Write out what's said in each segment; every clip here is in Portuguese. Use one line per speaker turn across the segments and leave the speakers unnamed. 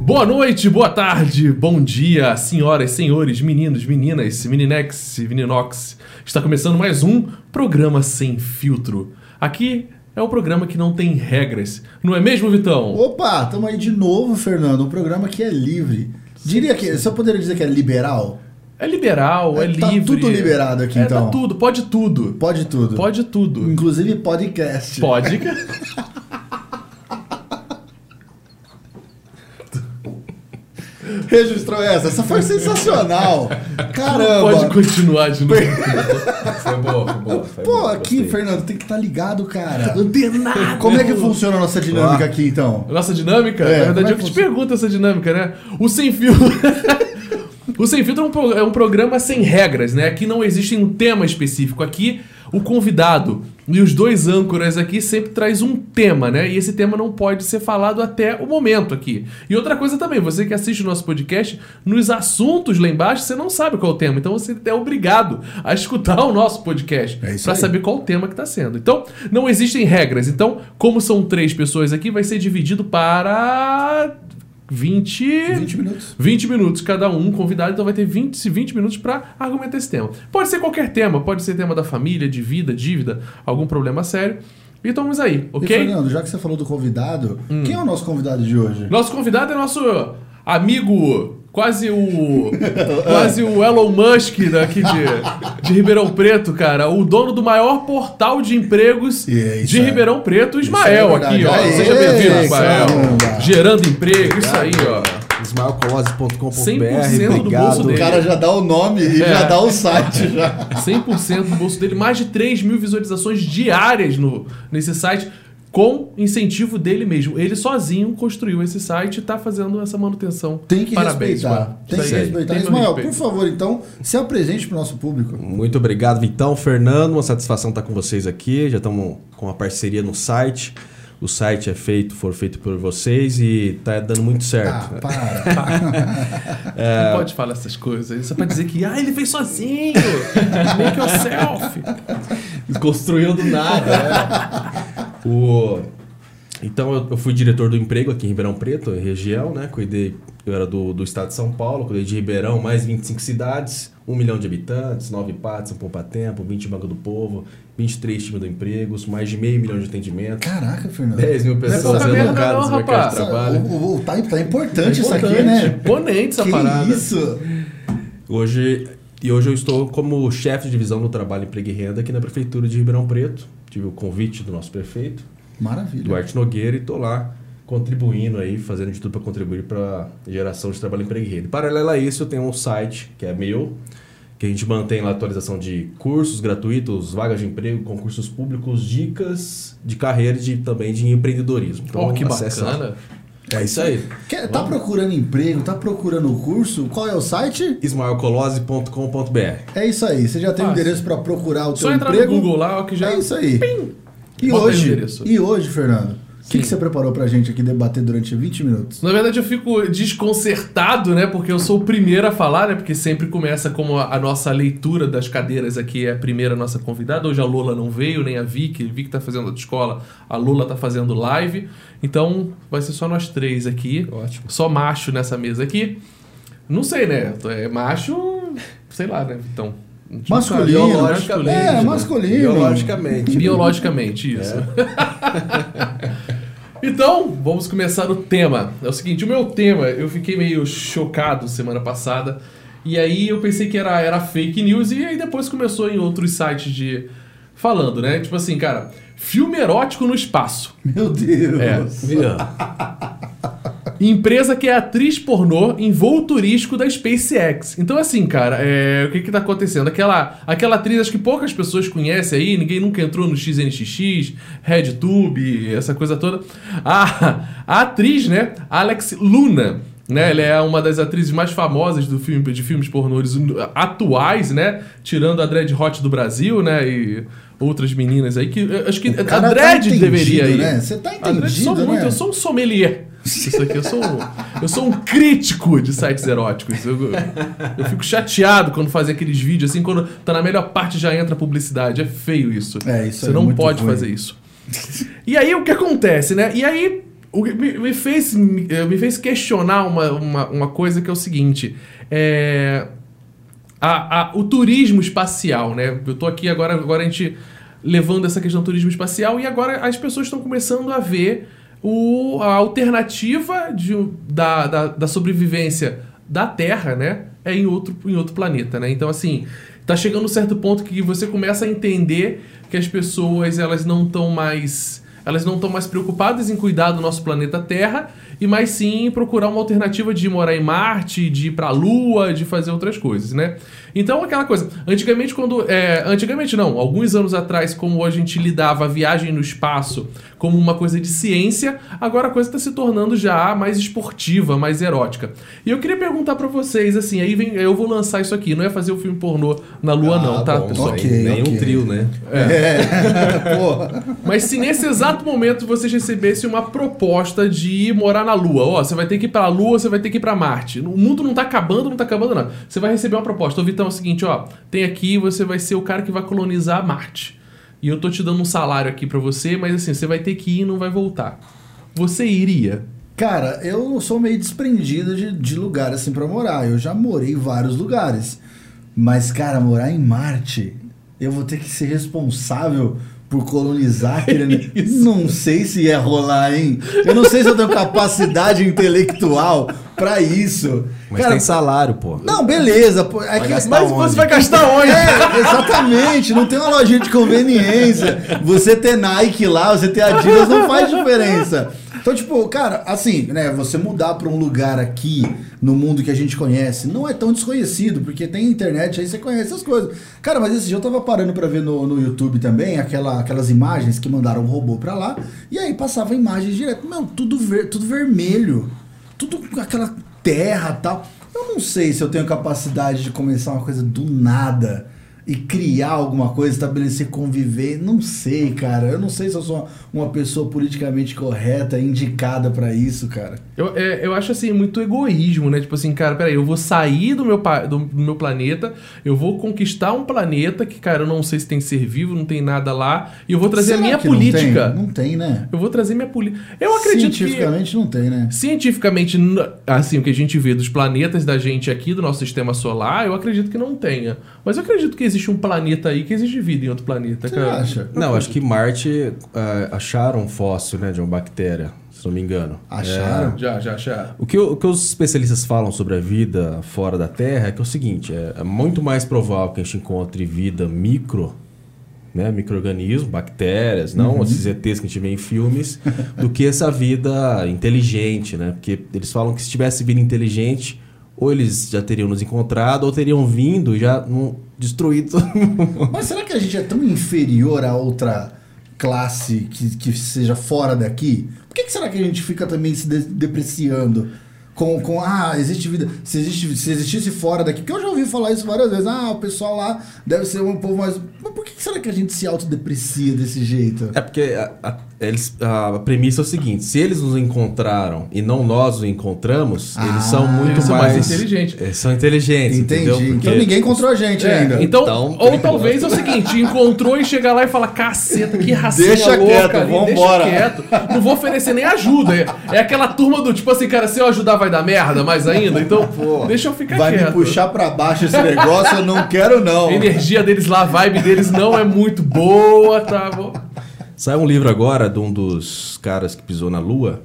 Boa noite, boa tarde, bom dia, senhoras, senhores, meninos, meninas, meninex, meninox. Está começando mais um programa sem filtro. Aqui é o programa que não tem regras, não é mesmo, Vitão?
Opa, estamos aí de novo, Fernando. Um programa que é livre. Diria que. Você poderia dizer que é liberal?
É liberal, é,
tá
livre.
tudo liberado aqui,
é,
então.
Tá tudo, pode tudo.
Pode tudo.
Pode tudo.
Inclusive podcast.
Pode. cara.
Registrou essa? Essa foi sensacional.
Pode
Caramba.
continuar de novo.
Foi boa, foi boa. Foi
Pô,
boa,
aqui,
gostei.
Fernando, tem que estar ligado, cara.
De nada.
Como é que funciona a nossa dinâmica
Ó.
aqui, então?
A Nossa dinâmica?
É,
Na verdade,
como é
eu que
que
te pergunto essa dinâmica, né? O Sem Filtro. o Sem Filtro é um, pro- é um programa sem regras, né? Aqui não existe um tema específico. Aqui, o convidado e os dois âncoras aqui sempre traz um tema, né? E esse tema não pode ser falado até o momento aqui. E outra coisa também, você que assiste o nosso podcast, nos assuntos lá embaixo, você não sabe qual é o tema. Então você é obrigado a escutar o nosso podcast
É isso
pra
aí.
saber saber qual o tema que tá sendo. Então, não existem regras. Então, como são três pessoas aqui, vai ser dividido para 20...
20 minutos.
20 minutos cada um convidado, então vai ter 20, 20 minutos pra argumentar esse tema. Pode ser qualquer tema, pode ser tema da família, de vida, dívida, algum problema sério. E estamos aí,
E,
ok?
Fernando, já que você falou do convidado,
Hum.
quem é o nosso convidado de hoje?
Nosso convidado é nosso amigo, quase o. quase o Elon Musk daqui de, de Ribeirão Preto, cara. O dono do maior portal de empregos
E é isso
de
aí.
Ribeirão Preto, Ismael,
é
aqui, ó.
verdade.
Seja
Aê,
bem-vindo, Ismael.
caramba.
Gerando emprego, isso aí, ó.
Ismaelcolose.com.br,
100% do bolso
obrigado.
dele.
O cara já dá o nome e
É.
já dá o site já.
100% do bolso dele, mais de 3 mil visualizações diárias no, nesse site, com incentivo dele mesmo. Ele sozinho construiu esse site e tá fazendo essa manutenção.
Tem que
Parabéns,
respeitar.
mano.
Tem que
Isso aí,
respeitar.
tem meu
Ismael,
respeito.
por favor, então, se apresente pro nosso público.
Muito obrigado, Vitão, Fernando. Uma satisfação estar com vocês aqui. Já estamos com uma parceria no site. O site é feito, foi feito por vocês e tá dando muito
Ah,
certo.
para.
Não pode falar essas coisas. Isso é pra dizer que, ah, ele fez sozinho. Make yourself.
Construiu do nada. né? o... Então eu, eu fui diretor do emprego aqui em Ribeirão Preto, em região, né? Cuidei, eu era do, do estado de São Paulo, cuidei de Ribeirão, mais 25 cidades, 1 milhão de habitantes, 9 patos, um poupa tempo, 20 Banco do Povo, 23 time do empregos, mais de meio milhão de atendimentos,
Caraca, Fernando. é
10 mil pessoas
pouca merda
alocadas
não,
no mercado
rapaz.
de
Sabe,
trabalho.
O, o, o tá, tá importante isso aqui,
É Importante.
né?
Imponente essa
que
parada.
isso?
Hoje, e hoje eu estou como chefe de divisão do trabalho, emprego e renda aqui na Prefeitura de Ribeirão Preto. Tive o convite do nosso prefeito.
Maravilha.
Duarte Nogueira e tô lá contribuindo aí, fazendo de tudo para contribuir para geração de trabalho emprego e renda. Paralelo a isso, eu tenho um site que é meu, que a gente mantém lá atualização de cursos gratuitos, vagas de emprego, concursos públicos, dicas de carreira e de, também de empreendedorismo. Então,
Ó, que
acessa lá.
bacana.
É isso aí.
Quer- tá procurando emprego, tá procurando curso? Qual é o site?
ismaelcolose.com.br
É isso aí. Você já tem o
Fácil.
endereço pra procurar o
Só
seu
entrar
emprego?
no Google lá, ó, que já...
É isso aí.
Bota
E
aí o
hoje,
endereço.
e hoje, Fernando, o
Sim.
que, que você preparou pra gente aqui debater durante 20 minutos?
Na verdade, eu fico desconcertado, né? Porque eu sou o primeiro a falar, né? Porque sempre começa como a a nossa leitura das cadeiras aqui é a primeira nossa convidada. Hoje a Lola não veio, nem a Vicky. A Vicky tá fazendo de escola, a Lola tá fazendo live. Então vai ser só nós três aqui.
Ótimo.
Só macho nessa mesa aqui. Não sei, né? É macho, sei lá, né? Então. a gente não sabe.
Masculino.
Biologicamente,
É,
né?
masculino.
Biologicamente.
Biologicamente, isso. então, vamos começar o tema. É o seguinte, o meu tema, eu fiquei meio chocado semana passada. E aí eu pensei que era, era fake news e aí depois começou em outros sites de... Falando, né? Tipo assim, cara, filme erótico no espaço.
Meu Deus.
É.
Biologicamente.
Empresa que é atriz pornô em voo turístico da SpaceX. Então, assim, cara, é, o que que tá acontecendo? Aquela, aquela atriz, acho que poucas pessoas conhecem aí, ninguém nunca entrou no XNXX, RedTube, essa coisa toda. A, a atriz, né, Alex Luna, né, ela é uma das atrizes mais famosas do filme, de filmes pornôs atuais, né, tirando a Dread Hot do Brasil, né, e outras meninas aí, que eu acho que
O
a
cara tá
Dread
entendido,
É. deveria ir.
né? Você tá
André, eu sou
entendido,
muito,
né?
eu sou um sommelier. Isso aqui, eu sou, um- eu sou um crítico de sites eróticos. Eu, eu fico chateado quando fazem aqueles vídeos, assim, quando tá na melhor parte já entra a publicidade. É feio isso.
É, isso
Você
aí é
não
muito
pode
ruim.
fazer isso. E aí o que acontece, né? E aí O que me, me fez, me, eh, me fez questionar uma, uma, uma coisa que é o seguinte. É, a, a- o turismo espacial, né? Eu tô aqui agora, agora a gente levando essa questão do turismo espacial e agora as pessoas estão começando a ver o, a alternativa de, um- da, da, da sobrevivência da Terra, né? É em outro, em outro planeta, né? Então, assim, tá chegando um certo ponto que você começa a entender que as pessoas, elas não estão mais... Elas não estão mais preocupadas em cuidar do nosso planeta Terra, e mais sim em procurar uma alternativa de morar em Marte, de ir pra Lua, de fazer outras coisas, né? Então, aquela coisa. Antigamente, quando. é, antigamente não, alguns anos atrás, como a gente lidava a viagem no espaço como uma coisa de ciência, agora a coisa está se tornando já mais esportiva, mais erótica. E eu queria perguntar pra vocês, assim, aí vem. Eu vou lançar isso aqui, não é fazer o filme pornô na Lua,
Ah,
não, tá, pessoal?
ok,
nem
ok.
um trio, né?
É. Pô,
Mas se nesse exato momento vocês recebessem uma proposta de ir morar na Lua, ó, você vai ter que ir pra Lua, você vai ter que ir pra Marte. O mundo não tá acabando, não tá acabando nada. Você vai receber uma proposta. Ô, Vitão, é o seguinte, ó, tem aqui, você vai ser o cara que vai colonizar Marte. E eu tô te dando um salário aqui pra você, mas assim, você vai ter que ir e não vai voltar. Você iria.
cara, eu sou meio desprendido de, de lugar assim pra morar. Eu já morei em vários lugares. Mas, cara, morar em Marte, eu vou ter que ser responsável por colonizar
É
aquele. Não sei se ia rolar, hein? Eu não sei se eu tenho capacidade intelectual pra isso.
Mas
cara,
tem salário, pô.
Não, beleza. Pô, é que-
gastar
mas
onde?
você vai gastar onde? É, exatamente. Não tem uma lojinha de conveniência. Você ter Nike lá, você ter Adidas, não faz diferença. Então, tipo, cara, assim, né? Você mudar pra um lugar aqui no mundo que a gente conhece não é tão desconhecido, porque tem internet aí, você conhece as coisas. Cara, mas esse dia eu tava parando pra ver no, no YouTube também aquela, aquelas imagens que mandaram o robô pra lá, e aí passava imagens direto. Meu, tudo, ver, tudo vermelho, tudo com aquela terra e tal. Eu não sei se eu tenho capacidade de começar uma coisa do nada e criar alguma coisa, estabelecer conviver. Não sei, cara. Eu não sei se eu sou uma pessoa politicamente correta, indicada pra isso, cara.
Eu, é, eu acho assim, muito egoísmo, né? Tipo assim, cara, peraí, eu vou sair do meu, pa- do, do meu planeta, eu vou conquistar um planeta que, cara, eu não sei se tem ser vivo, não tem nada lá, e eu vou trazer
Será
a minha
que não tem?
política.
Não tem, né?
Eu vou trazer minha política. Eu acredito que.
Cientificamente não tem, né?
Cientificamente, n- assim, o que a gente vê dos planetas da gente aqui, do nosso sistema solar, eu acredito que não tenha. Mas eu acredito que existe um planeta aí que existe vida em outro planeta,
Você
cara.
acha?
Não, acho que Marte ah, acharam um fóssil, né, de uma bactéria, se não me engano. É,
Acharam?
Já, já, já.
O que, o que os especialistas falam sobre a vida fora da Terra é que é o seguinte, é, é muito mais provável que a gente encontre vida micro, né, micro-organismo, bactérias, não esses ETs que a gente vê em filmes, do que essa vida inteligente, né? Porque eles falam que se tivesse vida inteligente, ou eles já teriam nos encontrado, ou teriam vindo e já hum, destruído todo mundo.
Mas será que a gente é tão inferior a outra classe que, que seja fora daqui? Por que, que será que a gente fica também se de- depreciando? Com, com, ah, existe vida. Se, existe, se existisse fora daqui. Porque eu já ouvi falar isso várias vezes. Ah, o pessoal lá deve ser um povo mais. Mas por que, que será que a gente se autodeprecia desse jeito?
É porque a, a- eles, a premissa é o seguinte: se eles nos encontraram e não nós os encontramos,
Ah,
eles são muito
eles são
mais,
mais inteligentes.
Eles são inteligentes,
Entendi.
entendeu? Porque-
Então ninguém encontrou a gente
É,
ainda.
então,
Então,
ou talvez é o seguinte, encontrou e chega lá e fala, caceta, que racinha
Deixa
louca
quieto,
ali,
vambora."
deixa quieto. Não vou oferecer nem ajuda. É, é aquela turma do tipo assim, cara, se eu ajudar vai dar merda mais ainda, então deixa eu ficar
Vai
quieto.
me puxar pra baixo esse negócio, eu não quero não.
A energia deles lá, a vibe deles não é muito boa, tá bom?
Saiu um livro agora de um dos caras que pisou na Lua,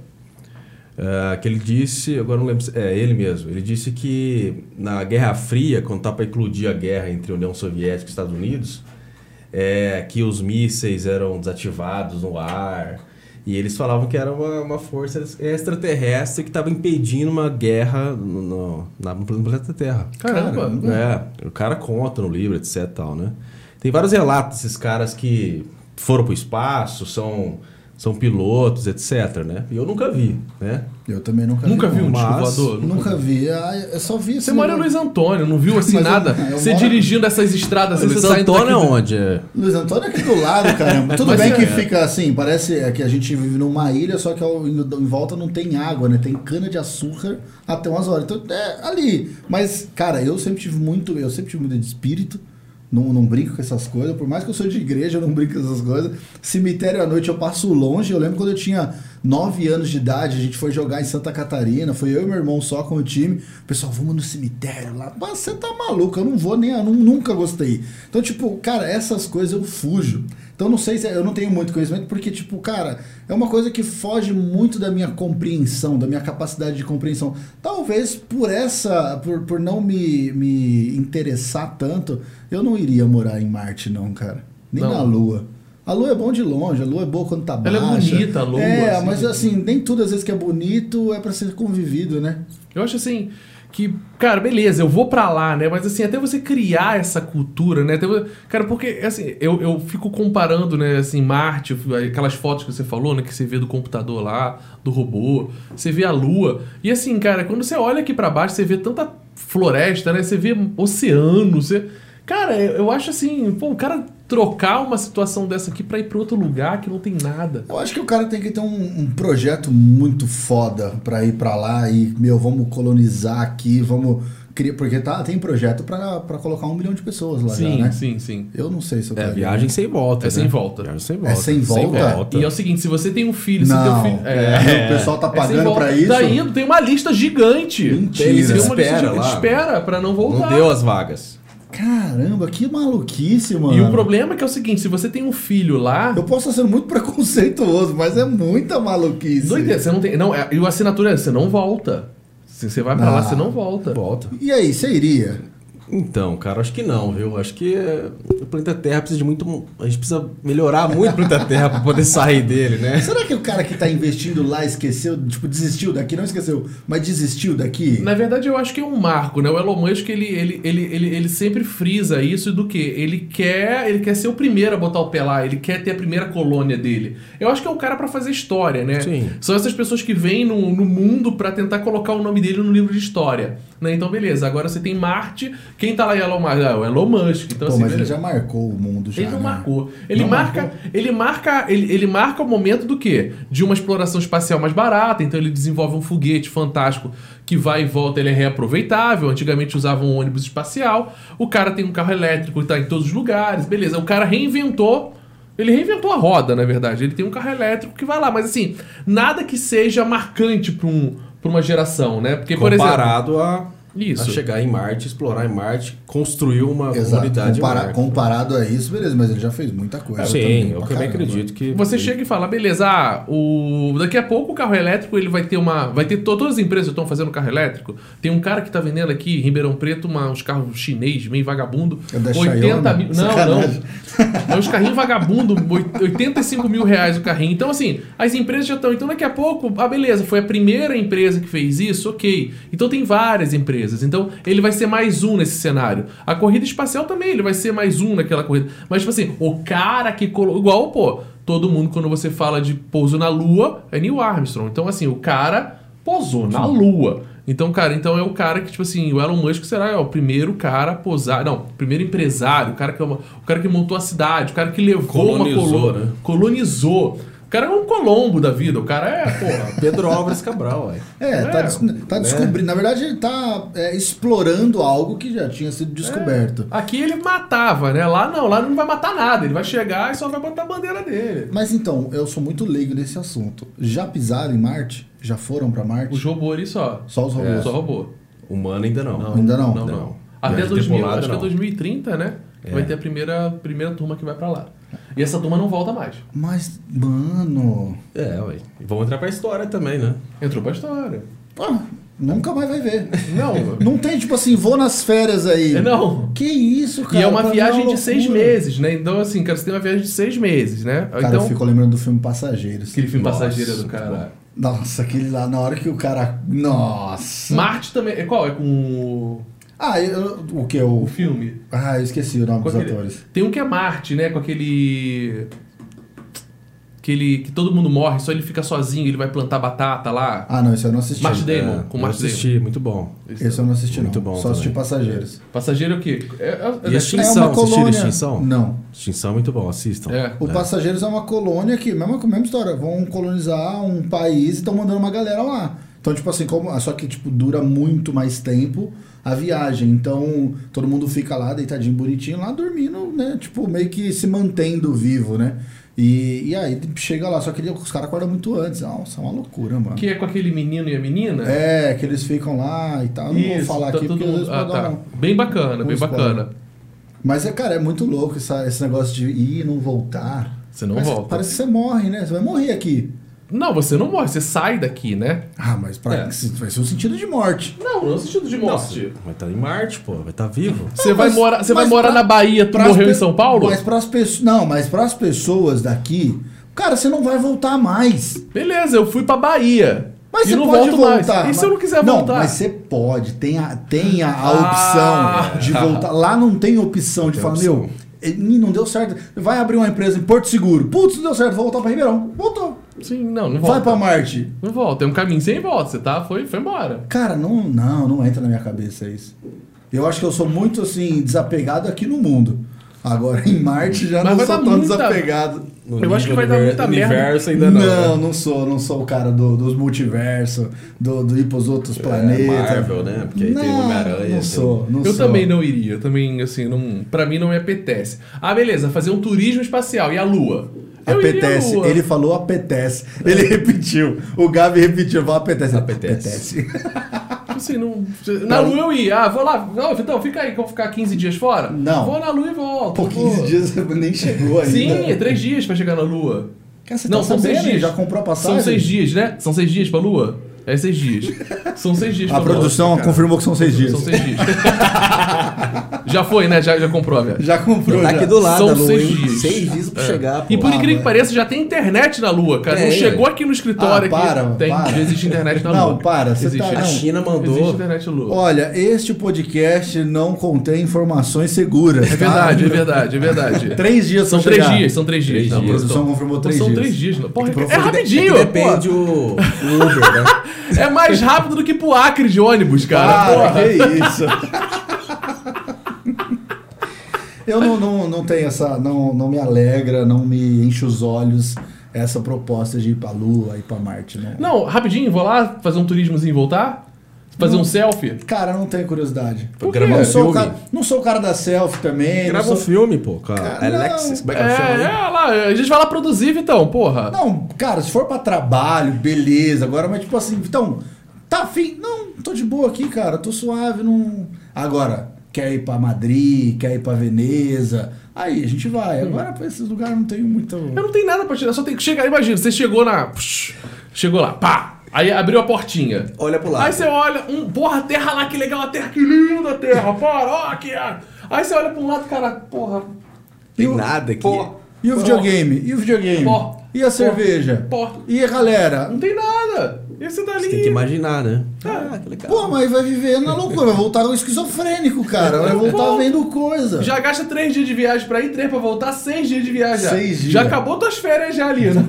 eh, que ele disse, agora não lembro, se- é ele mesmo, ele disse que na Guerra Fria, quando estava para eclodir a guerra entre União Soviética e Estados Unidos, é, que os mísseis eram desativados no ar, e eles falavam que era uma, uma força extraterrestre que estava impedindo uma guerra no, no, na, no planeta Terra.
Caramba.
É, o cara conta no livro, etc e tal, né? Tem vários relatos desses caras que foram pro espaço, são, são pilotos, etc, né? E eu nunca vi, né?
Eu também nunca,
Nunca
vi.
viu um
não.
disco
Mas-
voador?
Nunca vi. Ah, eu só vi
Você mora em Luiz Antônio, não viu assim
Mas eu- é
nada?
eu
Você
moro-
dirigindo essas estradas,
Luiz
você saindo
Antônio é
daqui do-
onde? É.
Luiz Antônio é aqui do lado, caramba. Tudo
Mas
bem
é-
que fica assim, parece é que a gente vive numa ilha, só que ao- em em volta não tem água, né? Tem cana de açúcar até umas horas. Então é ali. Mas, cara, eu sempre tive muito, eu sempre tive muito de espírito. Não, não brinco com essas coisas. Por mais que eu sou de igreja, eu não brinco com essas coisas. Cemitério à noite eu passo longe. Eu lembro quando eu tinha 9 anos de idade, a gente foi jogar em Santa Catarina. Foi eu e meu irmão só com o time. O pessoal, vamos no cemitério lá. Mas você tá maluco, eu não vou nem. Eu nu- nunca gostei. Então, tipo, cara, essas coisas eu fujo. Então, não sei se. Eu não tenho muito conhecimento, porque, tipo, cara, é uma coisa que foge muito da minha compreensão, da minha capacidade de compreensão. Talvez por essa. Por, por não me, me interessar tanto, eu não iria morar em Marte, não, cara. Nem
Não.
na Lua. A lua é bom de longe, a lua é boa quando tá
Ela
baixa.
é bonita, a lua,
É,
assim.
mas assim, nem tudo às vezes que é bonito é pra ser convivido, né?
Eu acho assim que, cara, beleza, eu vou pra lá, né? Mas assim, até você criar essa cultura, né? Até vo- Cara, porque assim, eu, eu fico comparando, né, assim, Marte, aquelas fotos que você falou, né, que você vê do computador lá, do robô, você vê a lua. E assim, cara, quando você olha aqui pra baixo, você vê tanta floresta, né? Você vê oceano, você Cara, eu eu acho assim, pô, o cara trocar uma situação dessa aqui pra ir pra outro lugar que não tem nada.
Eu acho que o cara tem que ter um, um projeto muito foda pra ir pra lá e, meu, vamos colonizar aqui, vamos criar. Porque tá, tem projeto pra, pra colocar um milhão de pessoas lá
sim,
já, né?
sim, sim.
Eu não sei se eu
É,
quero.
viagem sem volta.
É
né?
sem volta.
Viagem sem volta.
sem volta?
E é o seguinte, se você tem um filho, se
Não,
teu filho.
é, o pessoal
É
tá
sem
pagando
volta.
pra isso.
Tá indo, tem uma lista gigante.
Mentira.
Eles têm
Espera
uma lista gigante.
lá.
Espera pra não voltar.
Não deu as vagas.
Caramba, que maluquice, mano.
E o problema é que é o seguinte, se você tem um filho lá...
Eu posso estar sendo muito preconceituoso, mas é muita maluquice.
Doideira, você não tem... Não, é- e o assinatura é, você não volta. Se você vai pra lá,
Ah.
você não volta.
Volta.
E aí, você iria?
Então, cara, acho que não, viu? Acho que é, o planeta Terra precisa de muito. A gente precisa melhorar muito o planeta Terra pra poder sair dele, né?
Será que o cara que tá investindo lá esqueceu, tipo, desistiu daqui? Não esqueceu, mas desistiu daqui?
Na verdade, eu acho que é um marco, né? O Elon Musk, ele, ele, ele, ele, ele sempre frisa isso do que ele quer, ele quer ser o primeiro a botar o pé lá, ele quer ter a primeira colônia dele. Eu acho que é o cara pra fazer história, né?
Sim.
São essas pessoas que vêm no, no mundo pra tentar colocar o nome dele no livro de história, né? Então, beleza. Agora você tem Marte, quem tá lá em Elon Musk? Ah, o Elon Musk. Então,
Pô,
assim,
mas ele
beleza.
já marcou o mundo já.
Ele não
né?
marcou. Ele
Não
marca, ele marca, ele, ele marca o momento do quê? De uma exploração espacial mais barata, então ele desenvolve um foguete fantástico que vai e volta, ele é reaproveitável. Antigamente usava um ônibus espacial. O cara tem um carro elétrico e tá em todos os lugares. Beleza, o cara reinventou ele reinventou a roda, na verdade. Ele tem um carro elétrico que vai lá, mas assim, nada que seja marcante para um, pra uma geração, né? Porque, por exemplo,
Comparado a, a
isso.
chegar em Marte, explorar em Marte, construir uma
Exato.
comunidade. em
Compara-
Marte.
comparado a isso, beleza, mas ele já fez muita coisa.
Sim,
também,
eu
pra
também
caramba. né?
acredito que.
Você
ele-
chega e fala, beleza, ah, o... daqui a pouco o carro elétrico ele vai ter uma. Vai ter to- todas as empresas que estão fazendo carro elétrico. Tem um cara que tá vendendo aqui em Ribeirão Preto uma- uns carros chinês, meio vagabundo.
É da Xiaomi?
mil. Não,
Sacanagem.
não. É uns carrinhos vagabundo, oit- 85 mil reais o carrinho. Então, assim, as empresas já estão. Então, daqui a pouco, ah, beleza, foi a primeira empresa que fez isso, ok. Então tem várias empresas. Então, ele vai ser mais um nesse cenário. A corrida espacial também, ele vai ser mais um naquela corrida. Mas, tipo assim, o cara que colocou. Igual, pô, todo mundo, quando você fala de pouso na Lua, é Neil Armstrong. Então, assim, o cara pousou na Lua. Então, cara, então é o cara que, tipo assim, o Elon Musk será o primeiro cara a posar. Não, o primeiro empresário, o cara que, é uma- o cara que montou a cidade, o cara que levou uma
Colonizou,
colônia.
né?
Colonizou. O cara é um colombo da vida, o cara é, porra.
Pedro Álvares Cabral, ué.
É, tá,
É,
des- tá descobrindo. Na verdade, ele tá é, explorando algo que já tinha sido descoberto.
Aqui ele matava, né? Lá não, lá não vai matar nada. Ele vai chegar e só vai botar a bandeira dele.
Mas então, eu sou muito leigo nesse assunto. Já pisaram em Marte? Já foram pra Marte?
Os robôs ali só.
Só os robôs.
É, Só robô.
Humano ainda não.
Ainda não.
Não, não.
É. Não.
Até
Viagem
2000,
tripulada,
acho que é
não. É.
2030, né? que Vai ter a primeira, primeira turma que vai pra lá. E essa turma não volta mais.
Mas, mano.
É, ué. E Vamos entrar pra história também, né?
Entrou pra história.
ah, nunca mais vai ver.
Não,
Não tem, tipo assim, vou nas férias aí.
É, não.
Que isso, cara.
E é uma
pra mim
viagem de
loucura.
seis meses, né? Então, assim, cara, você tem uma viagem de seis meses, né?
Cara,
então,
eu fico lembrando do filme Passageiros.
aquele filme
Nossa,
Passageira do cara.
cara.
Nossa, aquele lá, na hora que o cara. Nossa.
Marte também. É qual? É com o,
Ah, eu- o que? O...
o filme?
Ah, eu esqueci o nome
Com
dos
aquele-
atores.
Tem um que é Marte, né? Com aquele. Aquele. Que todo mundo morre, só ele fica sozinho, ele vai plantar batata lá.
Ah, não, esse eu não assisti.
Marte
Esse
Damon, com
É, eu
Marte Damon.
assisti, muito bom.
eu não assisti,
Muito
não.
bom
Só assisti
também.
Passageiros.
Passageiro é o quê? É, é,
E
é-
esse Extinção, assistiram Extinção?
Não.
Extinção é muito bom, assistam.
É.
O Passageiros é uma colônia que, mesma, mesma história, vão colonizar um país e estão mandando uma galera lá. Então Então, tipo assim, como, só que tipo, dura muito mais tempo a viagem. Então, todo mundo fica lá, deitadinho, bonitinho, lá dormindo, né? Tipo, meio que se mantendo vivo, né? E, e aí chega lá, só que ele- os caras acordam muito antes. Nossa, é uma loucura, mano.
Que é com aquele menino e a menina?
É, que eles ficam lá e tal. Não vou falar
tá
aqui
todo
porque às vezes
mundo- ah,
pode dar
tá.
um-
Bem bacana,
um
bem
spoiler.
bacana.
Mas, é, cara, é muito louco essa- esse negócio de ir e não voltar.
Você não
parece,
volta.
Parece que você morre, né? Você vai morrer aqui.
Não, você não morre, você sai daqui, né?
Ah, mas pra,
É.
vai ser um sentido de morte.
Não, não no sentido de
vai estar em Marte, pô. Vai estar vivo.
Você
Não,
vai
mas-
morar, você vai
mas
morar
pra-
na Bahia, tu
Pras
morreu
pe-
em São Paulo?
Mas pras pessoas. Não, mas pras pessoas daqui, cara, você não vai voltar mais.
Beleza, eu fui pra Bahia.
Mas
e
você
não
pode
volto
voltar.
mais. E se
mas-
eu não quiser voltar?
Não, mas você pode. Tem a, tem a, a
Ah.
opção de voltar. Lá não tem opção de
tem
falar,
opção.
meu, eh, não deu certo. Vai abrir uma empresa em Porto Seguro. Putz, não deu certo, vou voltar pra Ribeirão. Voltou.
Sim, não, não
Vai
volta.
pra Marte.
Não volta, é um caminho sem volta, você tá? Foi, foi embora.
Cara, não, não, não entra na minha cabeça isso. Eu acho que eu sou muito assim desapegado aqui no mundo. Agora em Marte já
Mas
não
vai
sou
dar
tão
muita-
desapegado.
No
Eu acho que vai
nível do
dar
univer-
muita merda.
universo ainda
Não,
não.
não,
né?
sou, não sou o cara do- dos multiversos, do, do ir pros outros planetas.
É Marvel, né? Porque aí tem
Não,
Homem-Aranha,
Não
tem-
sou, não
eu
sou.
também não iria, eu também, assim, não, pra mim não me apetece. Ah, beleza, fazer um turismo espacial e a Lua? Eu É. iria à
Apetece,
Lua.
ele falou apetece. Ele repetiu. O Gabi repetiu, falou apetece.
Apetece.
Tipo Assim, não, na Lua eu ia, ah, vou lá, não, então fica aí, que eu vou ficar 15 dias fora?
Não.
Vou na Lua e volto.
Por
vou.
15 dias nem chegou ainda.
Sim, é três dias pra chegar na Lua.
Cara, você
Não,
tá
são
sabendo?
seis dias.
Já comprou a passagem?
São seis dias, né? São seis dias pra Lua? É seis dias. São seis dias
A
pra Lua.
produção é confirmou que são seis dias.
São seis dias. já foi, né? Já, já comprou, velho.
Já comprou.
Tá
já.
aqui do lado,
São
Lu,
seis
hein?
dias.
Seis dias
É.
pra chegar, pô.
E por
Ah,
incrível
mano.
que pareça, já tem internet na Lua, cara. não
Tem,
chegou
velho.
aqui no escritório.
Ah, para,
aqui. Tem,
para.
Já existe internet na
Não,
Lua.
para, você
existe,
tá-
A
Não,
China
Existe né?
mandou.
internet na Lua.
Olha, este podcast não contém informações seguras. tá?
é verdade, é verdade, é verdade.
Três dias
São
pra
três
chegar.
dias, são três dias.
Três
Não,
dias.
produção.
A produção confirmou três
São
dias.
três dias. não. Porra,
É que
é, rapidinho.
Depende o, o Uber, né?
pô. É mais rápido do que pro Acre de ônibus, cara.
Cara,
porra.
que isso. Eu não, não, não tenho essa. Não, não me alegra, não me enche os olhos essa proposta de ir pra Lua, ir pra Marte, não.
Não, rapidinho, vou lá fazer um turismozinho e voltar? Fazer um selfie?
Cara, eu não tenho curiosidade.
Por quê?
Gravar um
Não sou, o
filme.
cara, não sou o cara da selfie também. não
Grava
sou- Ah,
um filme, pô. Com a
Cara,
Alexis. Como é
É,
que ela chama? né?
é lá, a gente vai lá produzir, Vitão, porra.
Não, cara, se for pra trabalho, beleza. Agora, mas tipo assim, então, tá afim? Não, tô de boa aqui, cara, tô suave, não. Agora, quer ir pra Madrid, quer ir pra Veneza, aí a gente vai. Agora, pra esses lugares não tem muito.
Hum. Eu não tenho nada pra tirar, só tem que chegar. Imagina, você chegou na. psh, Chegou lá, pá! Aí abriu a portinha.
Olha pro lado.
Aí você olha, um, porra, a terra lá, que legal, a terra, que linda a terra, porra, ó, que. é. Aí você olha pra um lado, cara, porra,
Tem
Eu-
nada aqui.
pô,
E o videogame? E o videogame?
Pó.
E a
Pó.
cerveja?
Pó.
E a galera?
não tem nada. E você tá ali.
Você tem que imaginar, né?
É.
Ah, que legal.
Pô, mas vai viver na loucura, vai voltar um esquizofrênico, cara. Vai voltar
Pó.
vendo coisa.
Já gasta três dias de viagem pra ir, três pra voltar, seis dias de viagem. já.
Seis dias.
Já acabou tuas férias já ali, né?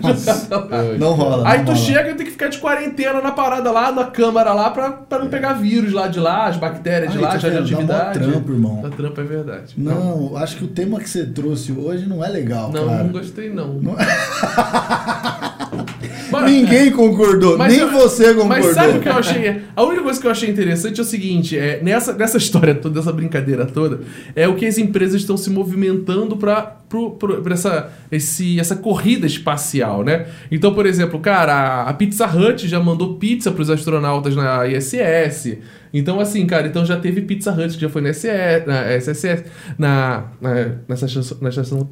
Não rola.
Aí
não
tu
rola.
chega e tem que ficar de quarentena na parada lá, na câmara lá, pra, pra
É.
não pegar vírus lá de lá, as bactérias de
Ai,
lá,
tá
as
vendo? Dá mó
radioatividade.
trampo, irmão.
Dá trampo, é verdade.
Não, acho que o tema que você trouxe hoje não é legal,
Não,
cara.
não gostei, não. Mas- é.
Ninguém concordou,
mas
nem
eu-
você concordou.
Mas sabe o que eu achei? A única coisa que eu achei interessante é o seguinte: é, nessa, nessa história toda, dessa brincadeira toda, é o que as empresas estão se movimentando para essa, esse- essa corrida espacial, né? Então, por exemplo, cara, a, a Pizza Hut já mandou pizza para os astronautas na ISS. Então, assim, cara, então já teve Pizza Hut que já foi na, SE, na SSS, na, na, nessa estação. Na estação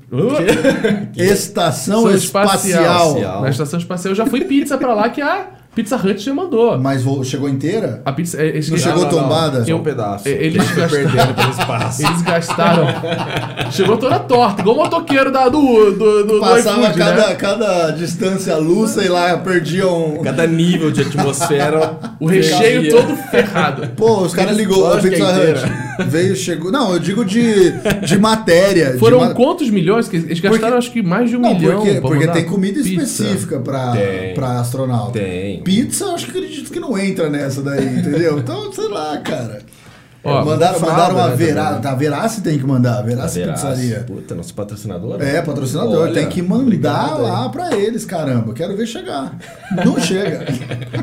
Estação
Estação
espacial.
espacial.
Na estação é? espacial já foi pizza pra lá que a Pizza Hut já mandou.
Mas vo- chegou inteira?
A pizza, é, eles,
Não chegou tombada?
Só
Eu-
um pedaço.
é, eles
Foi
gastaram-
perdendo pelo espaço.
eles gastaram. chegou toda torta, igual o motoqueiro da, do, do, do, do
Passava
iFood,
cada,
né?
cada distância luz, sei lá, um- perdiam.
Cada nível de atmosfera.
O recheio
Fervia.
todo ferrado.
Pô, os caras ligou, a
Lógico que
Pizza
é
Hut veio, chegou. Não, eu digo de, de matéria. de
Foram
ma-
quantos milhões? que Eles gastaram
Porque-
acho que mais de um
Não,
milhão.
porque,
pra
porque
mandar
tem comida
pizza.
específica pra,
Tem.
pra astronauta.
Tem.
Pizza, eu acho que acredito que não entra nessa daí, entendeu? Então, sei lá, cara.
Ó,
mandaram,
fralda,
mandaram a
né,
Verá.
também.
Tá, Verace tem que mandar.
A
Verace
Veraz.
Pizzaria.
Puta, nosso patrocinador. né?
É, patrocinador.
Olha,
tem que mandar
obrigado aí.
lá pra eles, caramba. Quero ver chegar. Não chega.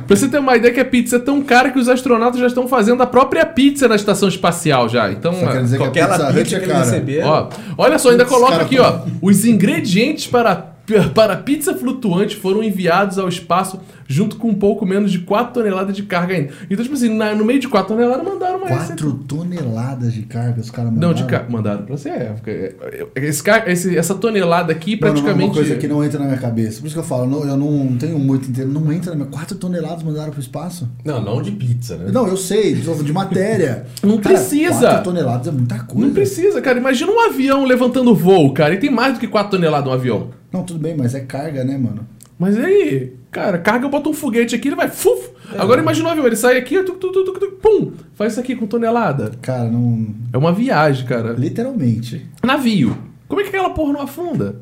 Pra você ter uma ideia que a pizza é tão cara que os astronautas já estão fazendo a própria pizza na estação espacial já. Então,
Só quer
é-
dizer
Qualquer
que a Pizza
lapite
Hut
que
é
ele
cara.
receber.
Ó, olha só, ainda
Putz,
coloca
cara,
aqui, ó. Os ingredientes para, para a pizza flutuante foram enviados ao espaço junto com um pouco menos de 4 toneladas de carga ainda. Então, tipo assim, na- no meio de 4 toneladas mandaram uma receita.
4 toneladas de carga os caras mandaram.
Não, de carga. Mandaram pra você. É, porque, é, é, esse ca- esse- essa tonelada aqui
Mano,
praticamente.
uma coisa que não entra na minha cabeça. Por isso que eu falo, não- eu não tenho muito inteiro. Não entra na minha. 4 toneladas mandaram pro espaço?
Não, não de pizza, né?
Não, eu sei, de de matéria.
Não precisa.
4 toneladas é muita coisa.
Não precisa, cara. Imagina um avião levantando voo, cara. E tem mais do que 4 toneladas um avião.
Não, tudo bem, mas é carga, né, mano?
Mas aí, cara, carga, eu boto um foguete aqui, ele vai. Fuf!
É.
Agora imagina um avião, ele sai aqui, tuc, tuc, tuc, tuc, tuc, pum! Faz isso aqui com tonelada.
Cara, não.
É uma viagem, cara.
Literalmente.
Navio. Como é que aquela porra não afunda?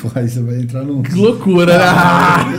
Pô, aí você vai entrar num.
Que loucura! né?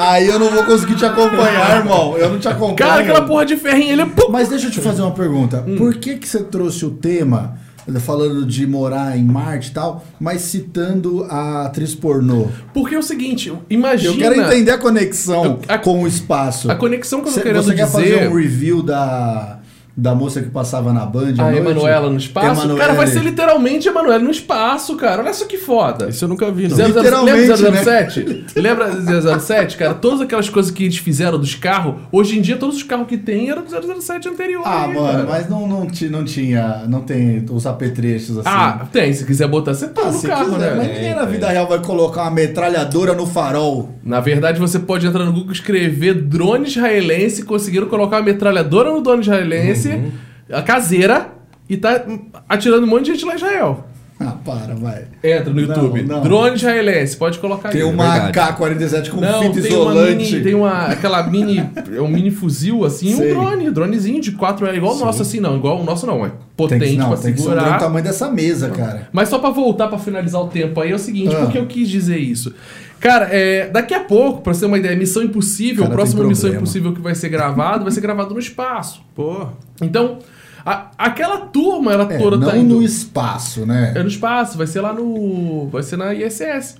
Aí eu não vou conseguir te acompanhar, irmão. Eu não te acompanho.
cara, aquela porra Hum. de ferrinha, ele é. pum!
Mas deixa eu te fazer uma pergunta. Por que que você trouxe o tema falando de morar em Marte e tal, mas citando a atriz pornô?
Porque é o seguinte, imagina.
Eu quero entender a conexão
A-
com o espaço.
A conexão que eu tô
Cê-
querendo
você quer
dizer-
fazer um review da, da moça que passava na Band? à
A
noite?
Emanuela no espaço?
Emanuela.
Cara, vai ser literalmente Emanuela no espaço, cara. Olha só que foda.
Isso eu nunca vi, não.
Zero- zero-
Literalmente, né?
lembra 007? Lembra 007, cara? Todas aquelas coisas que eles fizeram dos carros, hoje em dia todos os carros que tem eram do 007 anterior.
Ah,
aí,
mano,
cara.
mas não, não, ti- não tinha. Não tem os apetrechos assim.
Ah, tem. Se quiser botar, você tá
Ah,
no
se
carro,
quiser,
né?
Mas ninguém na vida real vai colocar uma metralhadora no farol.
Na verdade, você pode entrar no Google e escrever drone israelense, conseguiram colocar uma metralhadora no drone israelense,
Uhum.
a caseira, e tá atirando um monte de gente lá em Israel.
Ah, para, vai.
Entra no
Não,
YouTube.
não.
Drone israelense, pode colocar
Tem
aí.
uma
verdade.
AK-47 com
É Não,
fita
tem uma
isolante.
mini, tem um uma, aquela mini, é um mini fuzil assim,
Sei.
um drone, dronezinho de 4 é igual o nosso assim, não, igual o nosso não, é
Tem
potente
que, não,
pra
tem que ser um
segurar.
drone do tamanho dessa mesa, cara.
Mas só pra voltar pra finalizar o tempo aí é o seguinte,
Ah.
porque eu quis dizer isso. Cara, é, daqui a pouco, pra você ter uma ideia, Missão Impossível,
Cara,
o próximo
tem
Missão
problema.
Impossível que vai ser gravado, vai ser gravado no espaço.
Pô,
Então, a- aquela turma, ela
É,
toda
não
tá indo
no espaço, né?
é no espaço, vai ser lá no, vai ser na ISS.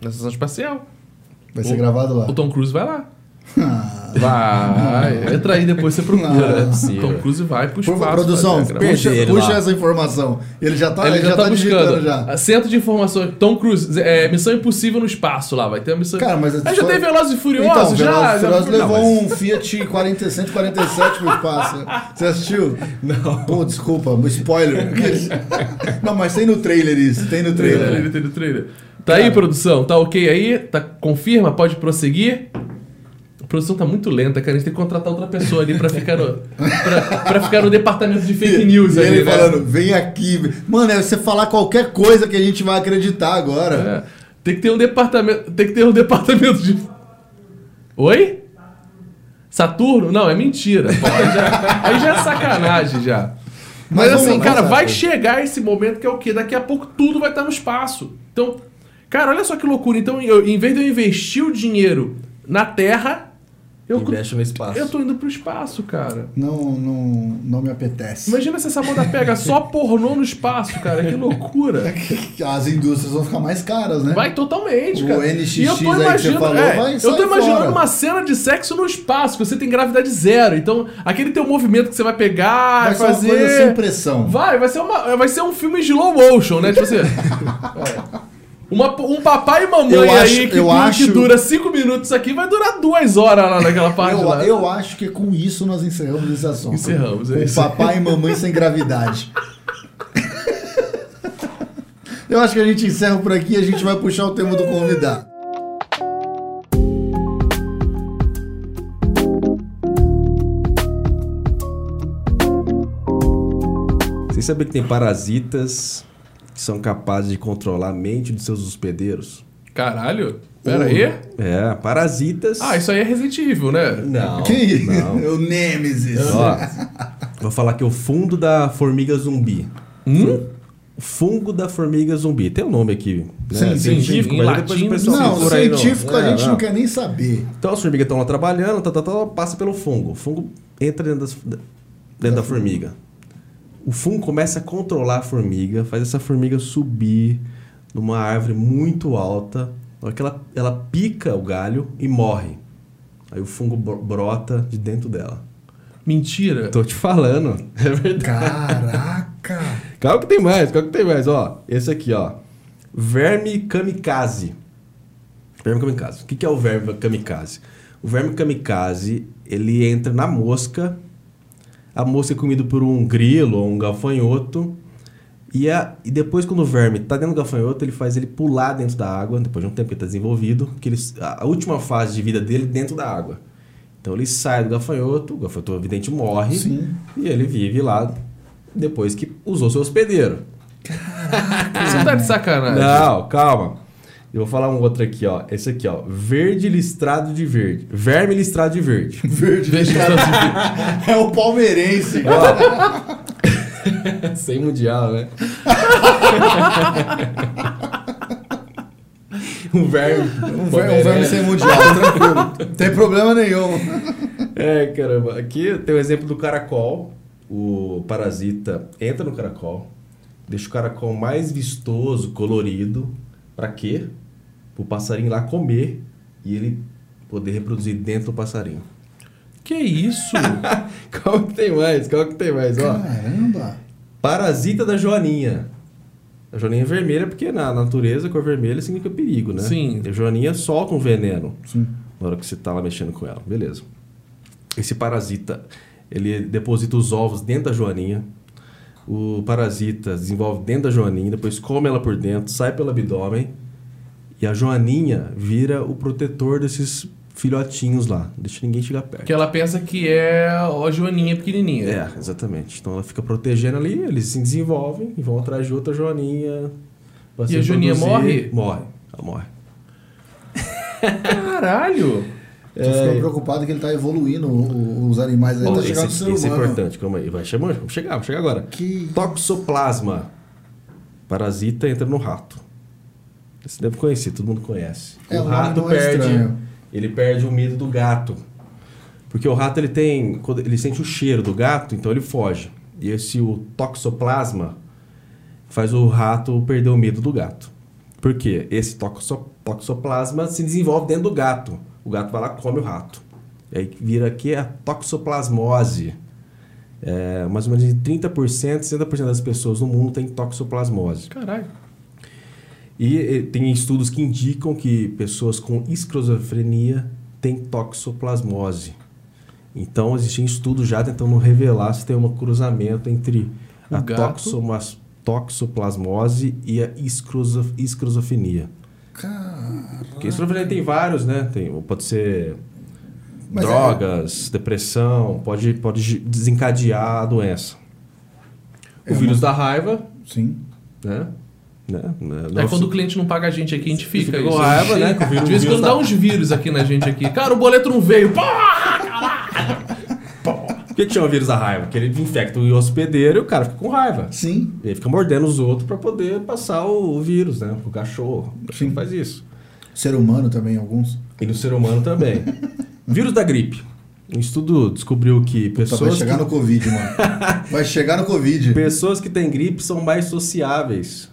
Na estação espacial.
Vai ser gravado lá.
O Tom Cruise vai lá.
Ah,
Vai. Entra aí depois você procura.
Não é
O Tom Cruise vai pro
Por
espaço.
favor, produção,
fazer a gravação.
puxa,
ele
puxa
lá.
essa informação. Ele já tá,
Ele já, tá
digitando
buscando.
já.
Centro de informações. Tom Cruise, é, Missão Impossível no espaço lá, vai ter uma missão.
Cara, mas
Aí já
foi-
tem Velozes e Furiosos,
então,
já.
Velozes e
já-
Furiosos
Não,
levou
mas-
um Fiat 40, 147 pro espaço. Você assistiu? Não. Pô, desculpa, um spoiler. Não, mas tem no trailer isso, tem no
Trailer, trailer,
trailer.
trailer, trailer. Tá aí, produção? Tá ok aí? Tá, confirma? Pode prosseguir? A produção tá muito lenta, cara. A gente tem que contratar outra pessoa ali pra ficar no, pra, pra ficar no departamento de fake news
E
ali,
ele
né?
falando, vem aqui. Mano, é você falar qualquer coisa que a gente vai acreditar agora.
É. Tem que ter um departamento. Tem que ter um departamento de. Oi? Saturno? Não, é mentira. Pô, aí, já, aí já é sacanagem já. Mas,
Mas vamos
assim,
lá,
cara,
vamos lá,
vai
pô.
chegar esse momento que é o quê? Daqui a pouco tudo vai estar no espaço. Então, cara, olha só que loucura. Então, eu- em vez de eu investir o dinheiro na Terra, eu,
investe no espaço.
eu tô indo pro espaço, cara.
Não, não, não me apetece.
Imagina se essa moda pega só pornô no espaço, cara. Que loucura.
As indústrias vão ficar mais caras, né?
Vai totalmente,
O
cara.
NXX
e eu
aí que
tô
você
imaginando,
falou,
é,
vai,
eu
sai
tô imaginando
fora.
uma cena de sexo no espaço, que você tem gravidade zero. Então, aquele teu movimento que você vai pegar,
Vai ser uma
fazer.
coisa sem pressão.
Vai, vai ser, uma, vai ser um filme slow motion, né? Tipo assim. é. Uma- um papai e mamãe
Eu
aí
acho-
que,
eu
que
acho-
dura cinco minutos aqui, vai durar duas horas lá naquela parte
Eu,
lá.
eu acho que com isso nós encerramos esse assunto.
Encerramos, é
Com
isso.
papai e mamãe sem gravidade. Eu acho que a gente encerra por aqui e a gente vai puxar o tema do convidado.
Vocês sabiam que tem parasitas que são capazes de controlar a mente dos seus hospedeiros?
Caralho, pera
Ô.
aí.
É, parasitas.
Ah, isso aí é Resident Evil, né?
Não.
Que isso?
não.
É O Nemesis.
Ó, vou falar que é o fundo da formiga zumbi.
Hum?
O fungo da formiga zumbi. Tem um nome aqui. né?
Sim, sim,
sim,
mas
em
depois o
latim,
pessoal
Não,
procura aí no-
científico
É,
a gente não. quer nem saber.
Então as formigas estão lá trabalhando, tá, tá, tá, passa pelo fungo. O fungo entra dentro das, dentro da formiga. O fungo começa a controlar a formiga, faz essa formiga subir numa árvore muito alta. Na hora que ela, ela pica o galho e morre. Aí o fungo bro- brota de dentro dela.
Mentira.
Tô te falando. É verdade.
Caraca!
Calma que tem mais, calma que tem mais. Ó, esse aqui, ó. Verme kamikaze. Verme kamikaze. O que que é o verme kamikaze? O verme kamikaze, ele entra na mosca. A mosca é comida por um grilo ou um gafanhoto. E, a, e depois, quando o verme tá dentro do gafanhoto, ele faz ele pular dentro da água, depois de um tempo que ele tá desenvolvido, que ele, a a última fase de vida dele é dentro da água. Então ele sai do gafanhoto, o gafanhoto evidente morre,
Sim.
e ele vive lá depois que usou seu hospedeiro.
Você tá de sacanagem.
Não, calma. Eu vou falar um outro aqui, ó. Esse aqui, ó. Verde listrado de verde. Verme listrado de verde.
Verde. É o palmeirense.
Sem mundial, né? um verme.
Um ver- um verme sem mundial, tranquilo. Não tem problema nenhum.
É, caramba. Aqui tem o exemplo do caracol. O parasita entra no caracol, deixa o caracol mais vistoso, colorido. Pra quê? Pro passarinho lá comer e ele poder reproduzir dentro do passarinho.
Que isso?
Qual que tem mais? Qual que tem mais? Ó,
Caramba!
parasita da joaninha. A joaninha é vermelha porque na natureza a cor vermelha significa perigo, né?
Sim.
E a joaninha solta um veneno
Sim.
na hora que você tá lá mexendo com ela. Beleza. Esse parasita, ele deposita os ovos dentro da joaninha. O parasita desenvolve dentro da joaninha, depois come ela por dentro, sai pelo abdômen. E a joaninha vira o protetor desses filhotinhos lá. Não Deixa ninguém chegar perto.
que ela pensa que é a Joaninha pequenininha.
É, exatamente. Então ela fica protegendo ali, eles se desenvolvem e vão atrás de outra joaninha. pra
E
se
a joaninha
reproduzir.
morre?
Morre. Ela morre.
Caralho!
É.
Tô ficando preocupado que ele tá evoluindo o- o- os animais aí,
Ó,
tá
esse
chegando no ser
esse é
humano.
importante, calma aí. Vai chamando, vamos chegar, vamos chegar agora.
Que-
Toxoplasma. Parasita entra no rato. Você deve conhecer, todo mundo conhece.
É,
o
o nome
rato
não é
perde.
estranho.
ele perde o medo do gato. Porque o rato ele tem. quando Ele sente o cheiro do gato, então ele foge. E esse o toxoplasma faz o rato perder o medo do gato. Por quê? Esse toxo- toxoplasma se desenvolve dentro do gato. O gato vai lá come o rato. E aí vira aqui a toxoplasmose. É, mais ou menos de 30%, 60% das pessoas no mundo tem toxoplasmose.
Caralho.
E, eh, tem estudos que indicam que pessoas com esquizofrenia têm toxoplasmose. Então, existem estudos já tentando revelar se tem um cruzamento entre
O
a
gato?
toxomas- toxoplasmose e a escrozo- esquizofrenia.
Cara,
Ah.
Porque esquizofrenia tem vários, né? Tem, pode ser
Mas é-
drogas, depressão, pode, pode ge- desencadear a doença. O
É
vírus da raiva,
sim.
né? né? né?
É
Nosso-
quando o cliente não paga a gente aqui, a gente fica.
Fica
isso. é
com raiva, né? Com o vírus-
De vez em quando
vírus
dá
da-
uns vírus aqui na gente aqui. Cara, o boleto não veio. Pá!
Por que que chama vírus da raiva? Porque ele infecta o hospedeiro e o cara fica com raiva.
Sim.
Ele fica mordendo os outros pra poder passar o, o vírus, né? O cachorro. O cachorro
Sim.
faz isso.
Ser humano também, alguns.
E no ser humano também. vírus da gripe. Um estudo descobriu que
Tá, vai
pessoas
chegar
que,
no Covid, mano. Vai chegar no Covid.
pessoas que têm gripe são mais sociáveis.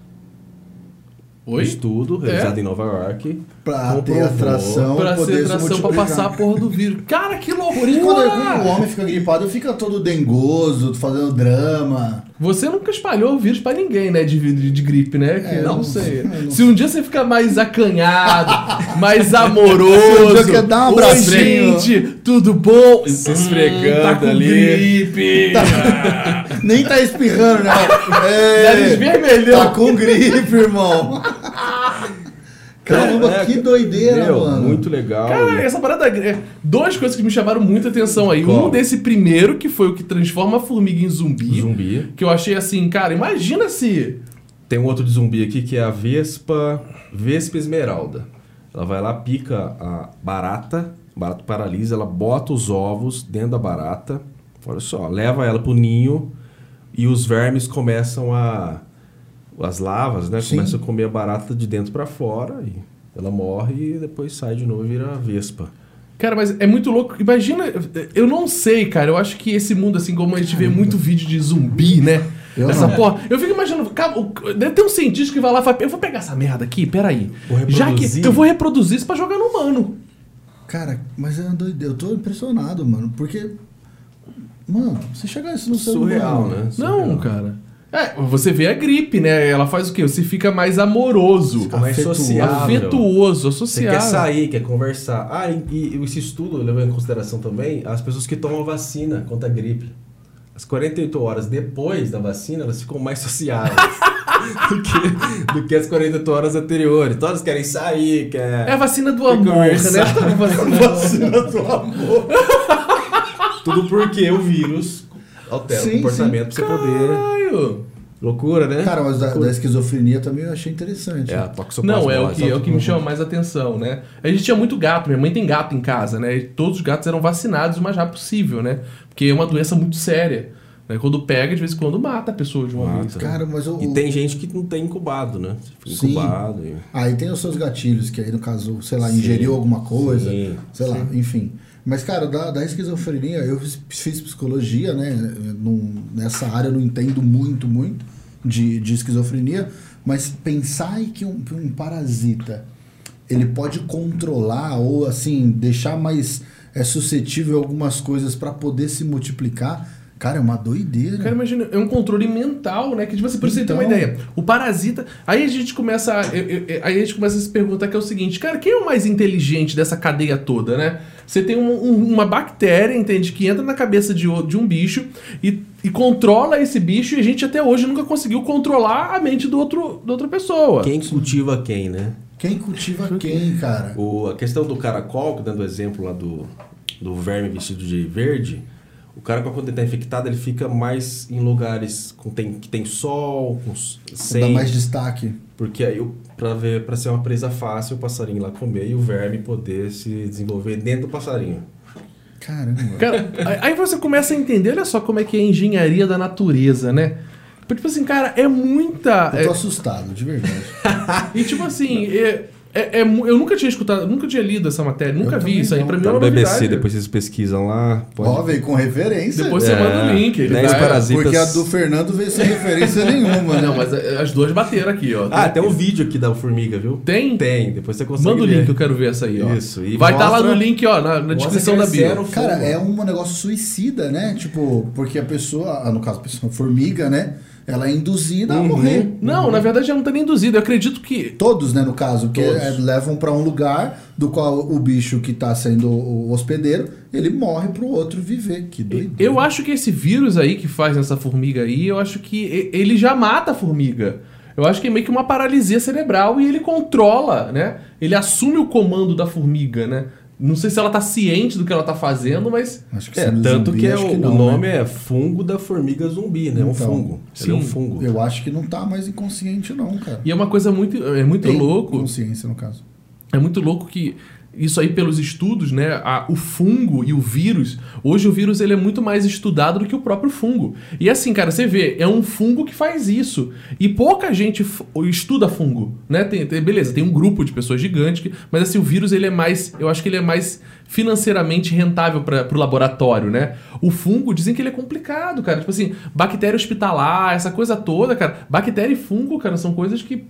Um
Oi?
estudo
É?
realizado em Nova York.
Pra ter
comprovou-
atração,
Pra ser
poder se
atração pra
multiplicar.
passar a porra do vírus. Cara, que
E quando, quando o
loucura!
homem fica gripado, fica todo dengoso, fazendo drama.
Você nunca espalhou o vírus pra ninguém, né? De, de, de gripe, né? Que
É,
eu não,
não.
sei.
Eu não
Se um dia você ficar mais acanhado, mais
Se um
amoroso.
dia quer dar um
"Oi,
abracinho."
gente, tudo bom?
Se
Hum,
esfregando
tá com
ali.
gripe.
Tá Nem tá espirrando, né?
Nariz
É,
vermelhão.
tá com gripe, irmão. Caramba,
É,
que doideira,
Meu,
mano.
muito legal.
Cara, essa parada. é, Duas coisas que me chamaram muita atenção aí.
Qual?
Um desse primeiro, que foi o que transforma a formiga em zumbi.
Zumbi.
Que eu achei assim, cara, imagina se.
Tem um outro de zumbi aqui que é a Vespa, Vespa Esmeralda. Ela vai lá, pica a barata, a barata paralisa, ela bota os ovos dentro da barata. Olha só, leva ela pro ninho e os vermes começam a as larvas, né,
Sim.
começam a comer a barata de dentro pra fora e ela morre e depois sai de novo e vira a Vespa.
Cara, mas é muito louco. Imagina, eu não sei, cara. Eu acho que esse mundo, assim, como a gente vê muito vídeo de zumbi, né?
Eu
essa
não.
porra. Eu fico imaginando, cara, o- deve ter um cientista que vai lá e fala: Eu vou pegar essa merda aqui, peraí.
Vou
Já que
reproduzir.
eu vou reproduzir isso pra jogar no humano.
Cara, mas é uma doideira. Eu tô impressionado, mano. Porque. Mano, você chegar isso no seu
Surreal, né?
Não, cara. É, você vê a gripe, né? Ela faz o quê? Você fica mais amoroso,
Fica mais
Afetuoso.
é sociável.
afetuoso,
Você
associado.
quer sair, quer conversar. Ah, e, e esse estudo leva em consideração também as pessoas que tomam vacina contra a gripe. As 48 horas depois da vacina, elas ficam mais sociáveis do, que, do que as 48 horas anteriores. Então elas querem sair, quer...
É a vacina do amor, né?
conversar.
A vacina do amor.
Vacina do amor.
Tudo porque o vírus altera
Sim,
o comportamento pra você poder...
Caralho.
Loucura, né?
Cara, mas da, da esquizofrenia também eu achei interessante.
é, a toxoplasmose.
Não, é o que, é o que me
toxoplasmose.
chama mais atenção, né? A gente tinha muito gato, minha mãe tem gato em casa, né? E todos os gatos eram vacinados o mais rápido possível, né? Porque é uma doença muito séria. né? Quando pega, de vez em quando mata a pessoa de uma
Mata.
vez.
Cara, mas o.
E tem gente que não tem incubado, né? Você fica
Sim.
incubado e...
Aí tem os seus gatilhos, que aí no caso, sei lá,
Sim.
ingeriu alguma coisa,
Sim,
sei lá, enfim. Mas, cara, da, da esquizofrenia, eu fiz- fiz psicologia, né? Num- nessa área eu não entendo muito, muito de, de esquizofrenia, mas pensar em que um, que um parasita ele pode controlar ou, assim, deixar mais é, suscetível a algumas coisas pra poder se multiplicar, cara, é uma doideira.
Cara, imagina, é um controle mental, né? Que tipo assim, pra você ter uma
Então.
ideia. O parasita. Aí a gente começa. a- eu- eu- eu- aí a gente começa a se perguntar que é o seguinte, cara, quem é o mais inteligente dessa cadeia toda, né? Você tem um- um- uma bactéria, entende? Que entra na cabeça de, o- de um bicho e, e controla esse bicho, e a gente até hoje nunca conseguiu controlar a mente do outro, da outra pessoa.
Quem cultiva quem, né?
Quem cultiva quem, cara?
O, a questão do caracol, dando o exemplo lá do, do verme vestido de verde, o caracol quando ele tá infectado, ele fica mais em lugares com tem, que tem sol, com s-
Dá
sem...
mais destaque.
Porque aí, o- pra, ver, pra ser uma presa fácil, o passarinho lá comer e o verme poder se desenvolver dentro do passarinho.
Caramba.
Cara, aí- aí você começa a entender, olha só como é que é a engenharia da natureza, né? Tipo assim, cara, é muita.
Eu
é-
tô assustado, de verdade.
E tipo assim, é- é- é mu- eu nunca tinha escutado, nunca tinha lido essa matéria, nunca
Eu
vi isso aí.
também
Pra mim
Tá
é
no
uma
BBC,
novidade.
depois vocês pesquisam lá. É,
Ó, veio com referência. É.
Depois você manda o link. ele
Dez
dá-
parasitas.
Porque a do Fernando veio sem referência nenhuma, né?
Não, mas é, as duas bateram aqui, ó.
Ah, tem um vídeo aqui da formiga, viu?
Tem?
Tem, depois você consegue
Manda o
ver.
link, eu quero ver essa aí, ó.
Isso, e
Vai estar lá
mostra-
no link, ó, na, na
Mostra
descrição
que
da
eles
bio.
fizeram fogo.
Cara, é um negócio suicida, né? Tipo, porque a pessoa, ah, no caso, a pessoa formiga, né? Ela é induzida a morrer.
Não, na verdade já não tá nem induzido. Eu acredito que.
Todos, né, no caso, porque
Todos.
é, levam pra um lugar do qual o bicho que tá sendo o hospedeiro, ele morre pro outro viver. Que doideira.
Eu acho que esse vírus aí que faz nessa formiga aí, eu acho que e- ele já mata a formiga. Eu acho que é meio que uma paralisia cerebral e ele controla, né? Ele assume o comando da formiga, né? Não sei se ela tá ciente do que ela tá fazendo, mas.
Acho
É,
sendo
tanto
zumbi,
que, é
acho
o,
não,
o nome
né?
é fungo da formiga zumbi, né? É um
Então,
fungo. Ele é um
sim.
fungo.
Eu acho que não tá mais inconsciente, não, cara.
E é uma coisa muito. É muito
Tem
louco.
Consciência, no caso.
É muito louco que isso aí pelos estudos, né? a- o fungo e o vírus. Hoje o vírus ele é muito mais estudado do que o próprio fungo. E assim, cara, você vê, é um fungo que faz isso. E pouca gente fu- estuda fungo, né? Tem- tem- beleza, tem um grupo de pessoas gigante, que- mas assim o vírus ele é mais, eu acho que ele é mais financeiramente rentável para o laboratório, né? O fungo dizem que ele é complicado, cara. Tipo assim, bactéria hospitalar, essa coisa toda, cara. Bactéria e fungo, cara, são coisas que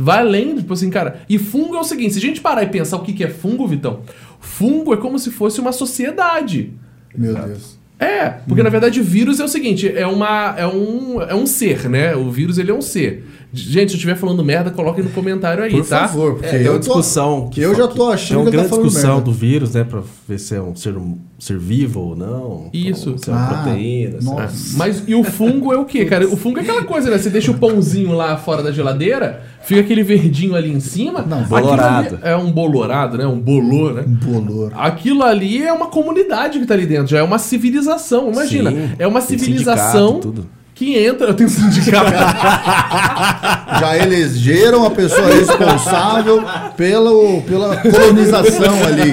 Vai além, tipo assim, cara. E fungo é o seguinte: se a gente parar e pensar o que que é fungo, Vitão, fungo é como se fosse uma sociedade.
Meu Deus.
É, porque
Uhum.
na verdade vírus é o seguinte: é, uma, é, um, é um ser, né? O vírus ele é um ser. Gente, se eu estiver falando merda, coloquem no comentário aí,
Por
tá?
favor, porque
É, tem
eu
uma
tô-
discussão. que
eu já tô
que-
achando
Tem uma
que tá
grande
falando
discussão
merda.
do vírus, né? Pra ver se é um ser, um ser vivo ou não.
Isso.
Se é uma
Ah,
proteína. se é-
nossa.
Mas e o fungo é o quê, cara? O fungo é aquela coisa, né? Você deixa o pãozinho lá fora da geladeira, fica aquele verdinho ali em cima.
Não,
aquilo ali
bolorado.
É um bolorado, né? Um bolor, né?
Um bolor.
Aquilo ali é uma comunidade que tá ali dentro, já é uma civilização, imagina.
Sim,
é uma
tem sindicato,
civilização
um tudo.
que entra, eu tenho um sindicato.
Já elegeram a pessoa responsável pelo, pela colonização ali.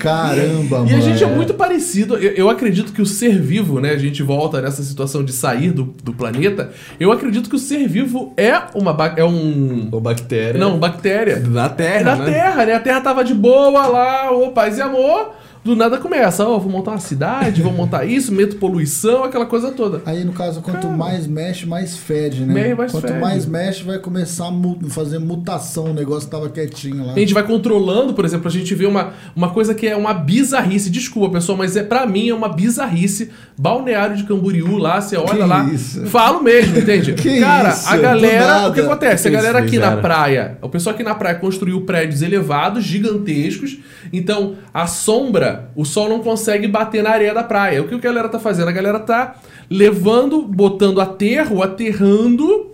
Caramba, mano.
e a gente é muito parecido. Eu, eu acredito que o ser vivo, né? A gente volta nessa situação de sair do, do planeta. Eu acredito que o ser vivo é uma ba- é um
Ou bactéria.
não bactéria.
Na Terra,
Na
né?
Terra, né? A Terra tava de boa lá, ô paz e amor. Do nada começa, ó, vou montar uma cidade, vou montar isso, meto poluição, aquela coisa toda.
Aí, no caso, quanto mais mexe, mais fede, né?
Meio mais
quanto
fede.
mais mexe, vai começar a mu- fazer mutação. O negócio tava quietinho lá.
A gente vai controlando, por exemplo, a gente vê uma, uma coisa que é uma bizarrice. Desculpa, pessoal, mas é para mim é uma bizarrice. Balneário de Camboriú lá, você olha lá.
isso?
Falo mesmo, entende?
Que
Cara,
isso?
a
Do
galera.
nada.
O que acontece? A
Que
galera
isso,
aqui na
cara?
praia. É O pessoal aqui na praia construiu prédios elevados, gigantescos. Então, a sombra, o sol não consegue bater na areia da praia. O que a galera tá fazendo? A galera tá levando, botando aterro, aterrando.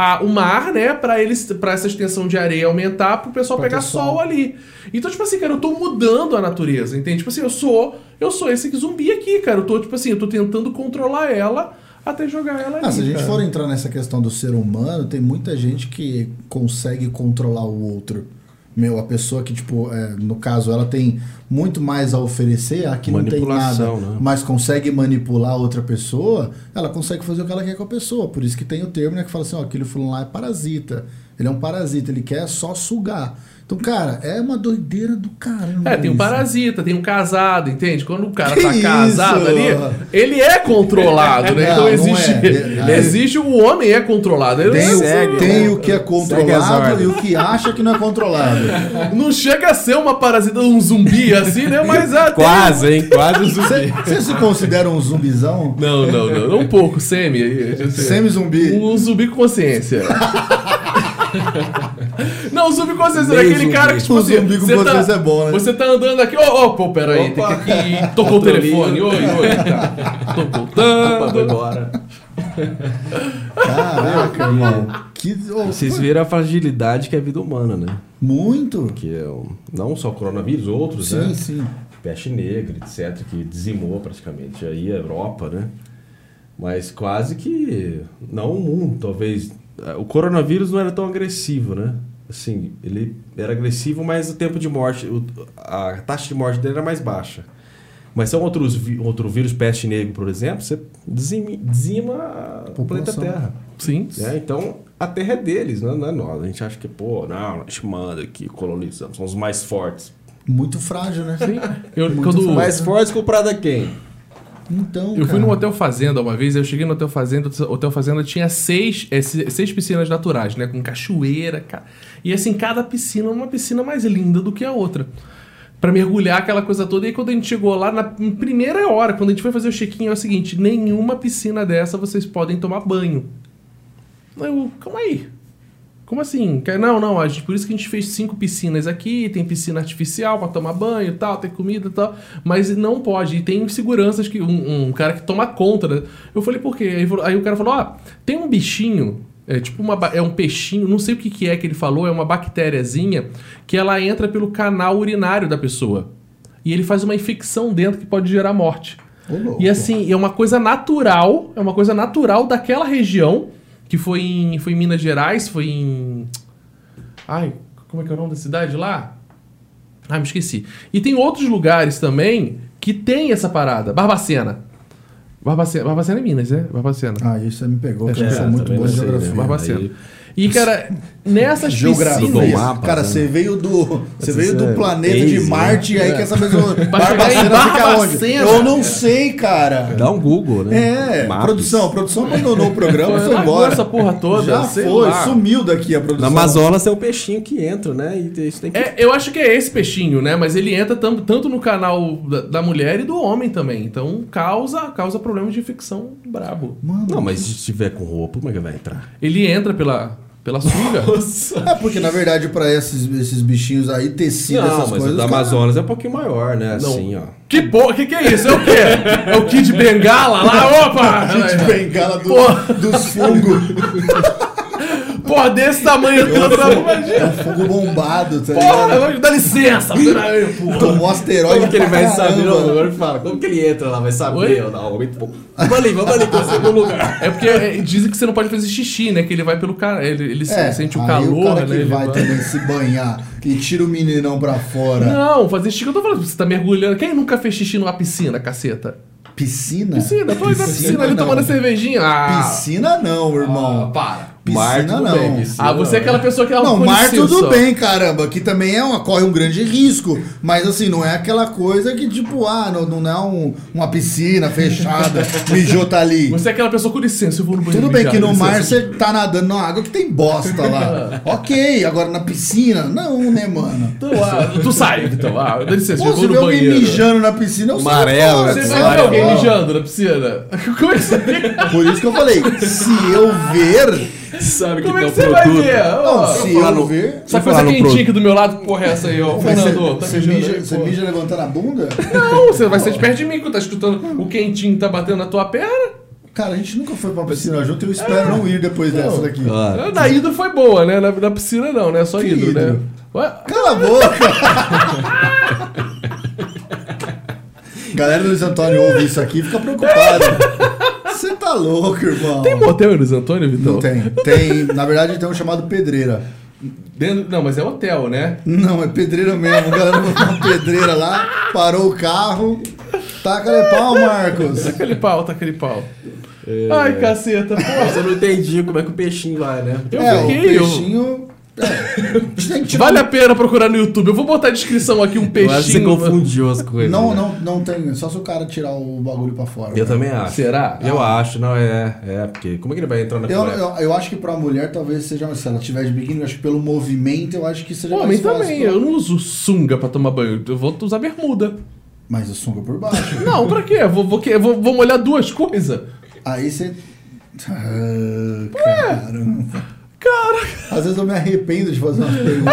a- o mar, né, Pra eles, para essa extensão de areia aumentar, pro pessoal
Pra
pegar
ter sol.
sol ali. Então, tipo assim, cara, eu tô mudando a natureza, entende? Tipo assim, eu sou, eu sou esse zumbi aqui, cara. Eu tô, tipo assim, eu tô tentando controlar ela até jogar ela
Ah,
ali.
se a gente
cara.
for entrar nessa questão do ser humano, tem muita gente que consegue controlar o outro. Meu, a pessoa que, tipo, é, no caso, ela tem muito mais a oferecer, a que não tem nada,
Manipulação, né?
mas consegue manipular outra pessoa, ela consegue fazer o que ela quer com a pessoa. Por isso que tem o termo, né, que fala assim, ó, aquele fulano lá é parasita. Ele é um parasita, ele quer só sugar. Então, cara, é uma doideira do caramba.
É, tem um
isso.
parasita, tem um casado, entende? Quando o cara
Que
tá
isso?
casado ali, ele é controlado, né?
Não,
então
não
existe.
é. Ele-
Existe o homem é controlado. Ele
Tem,
não,
o-
Segue,
tem
né?
o que é
Segue as
controlado
ordens.
e o que acha que não é controlado.
não chega a ser uma parasita, um zumbi assim, né? Mas ah, tem-
Quase, hein? Quase o zumbi.
Você se considera um zumbizão?
Não, não, não. não Um pouco, semi. eu sei.
Semi-zumbi.
Um zumbi com consciência. Não, o zumbi com consciência é
Meio
aquele
zumbi.
cara que, tipo
O
assim,
zumbi com
você
consciência
tá,
é bom, né?
Você tá andando aqui, ó, ó, pô, peraí, tem que
Opa.
aqui... Tocou o telefone, oi, oi, tá. Tô
Opa, foi
voltando.
embora.
Caraca, irmão. Que, oh,
Vocês
foi
viram a fragilidade que é a vida humana, né?
Muito?
Que é um- não só o coronavírus, outros, né?
é.
Sim, sim.
Peste negra, etc., que dizimou praticamente aí a Europa, né? Mas quase que. Não o mundo, talvez. O coronavírus não era tão agressivo, né? Assim, ele era agressivo, mas o tempo de morte, o- a taxa de morte dele era mais baixa. Mas são outros vi- outro vírus, peste negra, por exemplo, você dizime- dizima, o planeta
População.
Terra.
Sim.
né? Então, a terra é deles, né? não é nós. A gente acha que, pô, não, a gente manda aqui, colonizamos, somos mais fortes.
Muito frágil, né?
Sim. Eu,
Muito
quando,
Mais fortes comprada quem?
Então,
Eu fui
cara,
num hotel fazenda uma vez, eu cheguei no hotel fazenda, o hotel fazenda tinha seis, é, se- seis piscinas naturais, né? Com cachoeira, cara. E assim, cada piscina é uma piscina mais linda do que a outra. Pra mergulhar aquela coisa toda. E aí, quando a gente chegou lá, na primeira hora, quando a gente foi fazer o check-in, é o seguinte: nenhuma piscina dessa vocês podem tomar banho. Eu, calma aí. Como assim? Que- Não, não, a gente, por isso que a gente fez cinco piscinas aqui, tem piscina artificial pra tomar banho e tal, tem comida e tal, mas não pode. E tem seguranças que um, um cara que toma conta. né? Eu falei, por quê? Aí, falou- aí o cara falou: ó, tem um bichinho, é tipo uma, ba- é um peixinho, não sei o que, que é que ele falou, é uma bactériazinha que ela entra pelo canal urinário da pessoa. E ele faz uma infecção dentro que pode gerar morte.
ô, louco.
E assim, é uma coisa natural, é uma coisa natural daquela região, que foi em, foi em Minas Gerais, foi em. Ai, como é que é o nome da cidade lá? Ah, me esqueci. E tem outros lugares também que tem essa parada. Barbacena. Barbacena, Barbacena é Minas, né? Barbacena.
Ah, isso aí me pegou, que eu
É,
não sou muito
também
bom em
não sei,
geografia.
né?
Barbacena.
aí-
E, cara, nessas
Geografia.
piscinas.
mapa,
cara,
né?
você veio do. Você veio
é
do planeta de
easy, né?
Marte e aí quer saber se o
É. chegar em
Barbacena fica onde?
Barbacena.
Eu não sei, cara.
Dá um Google, né?
É,
Maps.
produção, produção abandonou o programa e foi
Largou
embora.
essa porra toda,
Já
sei
foi,
lá.
sumiu daqui a
Na
produção.
Amazonas é o peixinho que entra, né? E isso tem que.
É, eu acho que é esse peixinho, né? Mas ele entra tam- tanto no canal da, da mulher e do homem também. Então causa, causa problema de infecção brabo.
Mano,
Não, mas se tiver com roupa, como é que vai entrar?
Ele entra pela, pela sunga.
É porque, na verdade, pra esses, esses bichinhos aí, tecido, essas coisas.
o da
cara,
Amazonas é um pouquinho maior, né?
Não.
Assim, ó.
que porra, que que é isso? É o quê? É o Kid Bengala lá? Opa!
de bengala do-
Porra.
dos fungos.
Porra, desse tamanho entrando na rua,
É
imagina.
um fogo bombado, tá ligado?
Porra, né? dá licença. peraí, porra.
Tomou asteroide
Como que ele
pra
vai saber?
caramba.
Não, agora fala. Como que ele entra lá? Vai saber?
Oi?
Ou não, muito pouco. Vamos ali, vamos ali, consegue um lugar.
É porque é, dizem que você não pode fazer xixi, né? Que ele vai pelo cara. Ele, ele se-
É,
sente o
aí
calor,
o cara que
né? ele
vai
vai-
também se banhar e tira o menino pra fora.
Não, fazer xixi, eu tô falando, você tá mergulhando. Quem nunca fez xixi numa piscina, caceta?
Piscina?
Piscina, foi na piscina ali
não.
tomando Ah, a cervejinha. Ah,
Piscina não, irmão.
para.
Piscina
Mar, tudo
não.
bem, piscina.
Ah, você é aquela pessoa que... ah,
Não,
com
mar
licença.
tudo bem, caramba, que também é uma, corre um grande risco, mas assim, não é aquela coisa que tipo, ah, não, não é um- uma piscina fechada, mijou tá ali.
Você é aquela pessoa com licença, eu vou no banheiro.
Tudo bem
mijar,
que no
licença.
mar você
assim.
tá nadando na água que tem bosta lá. ok, agora na piscina, não, né, mano?
Tu, ah, tu sai, então. Ah, dá licença,
Pô,
eu
se
vou
vê
no
alguém
banheiro. né?
mijando na piscina, eu
Amarelo,
fora,
Você
sabe?
vai ver alguém
Ó,
mijando na piscina? Como é que você...
Por isso que eu falei, se eu ver,
Sabe
Como
que
é que
tem
você
um
vai
produto.
ver?
não,
Ó,
se
eu falar
eu
no-
ver...
Essa
Deixa eu falar
coisa
no
quentinha
produto.
aqui do meu lado, que porra é essa aí, ó? Ô,
Mas
Fernando, tá
você, você,
mijando
mija,
aí,
você
porra.
mija levantando a bunda?
Não, você vai ser de perto de mim quando tá escutando o quentinho tá batendo na tua perna.
Cara, a gente nunca foi pra piscina junto, eu espero não ir depois dessa daqui.
Ah,
Na ida foi boa, né? Na, na piscina não, né? Só
Que
ido, né?
ídolo?
Ué?
Cala a boca! Galera do Luiz Antônio ouve isso aqui e fica preocupada. Você tá louco, irmão.
Tem motel em um Luiz Antônio, Vitão?
Não tem. Tem, na verdade, tem um chamado pedreira.
Dentro- não, mas é hotel, né?
Não, é pedreira mesmo. A galera botou uma pedreira lá, parou o carro. Taca-lhe pau, Marcos.
Tá aquele pau, tá aquele pau.
É.
Ai, caceta, porra.
Você não entendi como é que o peixinho vai, né?
Eu
é, o
fiquei, eu-
peixinho... É, a gente tem que tirar
Vale a pena procurar no YouTube. Eu vou botar a descrição aqui um
Tipo, Eu acho que você
peixinho.
confundiu as coisas.
Não,
né?
não, não tem. Só se o cara tirar o bagulho pra fora.
Eu
cara.
também acho.
Será?
Eu acho, não, é. É, porque. Como é que ele vai entrar na
Eu,
cueca?
eu, eu acho que pra mulher talvez seja. Se ela tiver de biquíni, eu acho que pelo movimento eu acho que seja
Pô,
mais
Homem
fácil.
também, eu não uso sunga pra tomar banho. Eu vou usar bermuda.
Mas o sunga é por baixo.
Não, pra quê? Vou, vou, que- vou, vou molhar duas coisas?
Aí você. Ah, caramba.
Cara,
Às vezes eu me arrependo de fazer uma pergunta.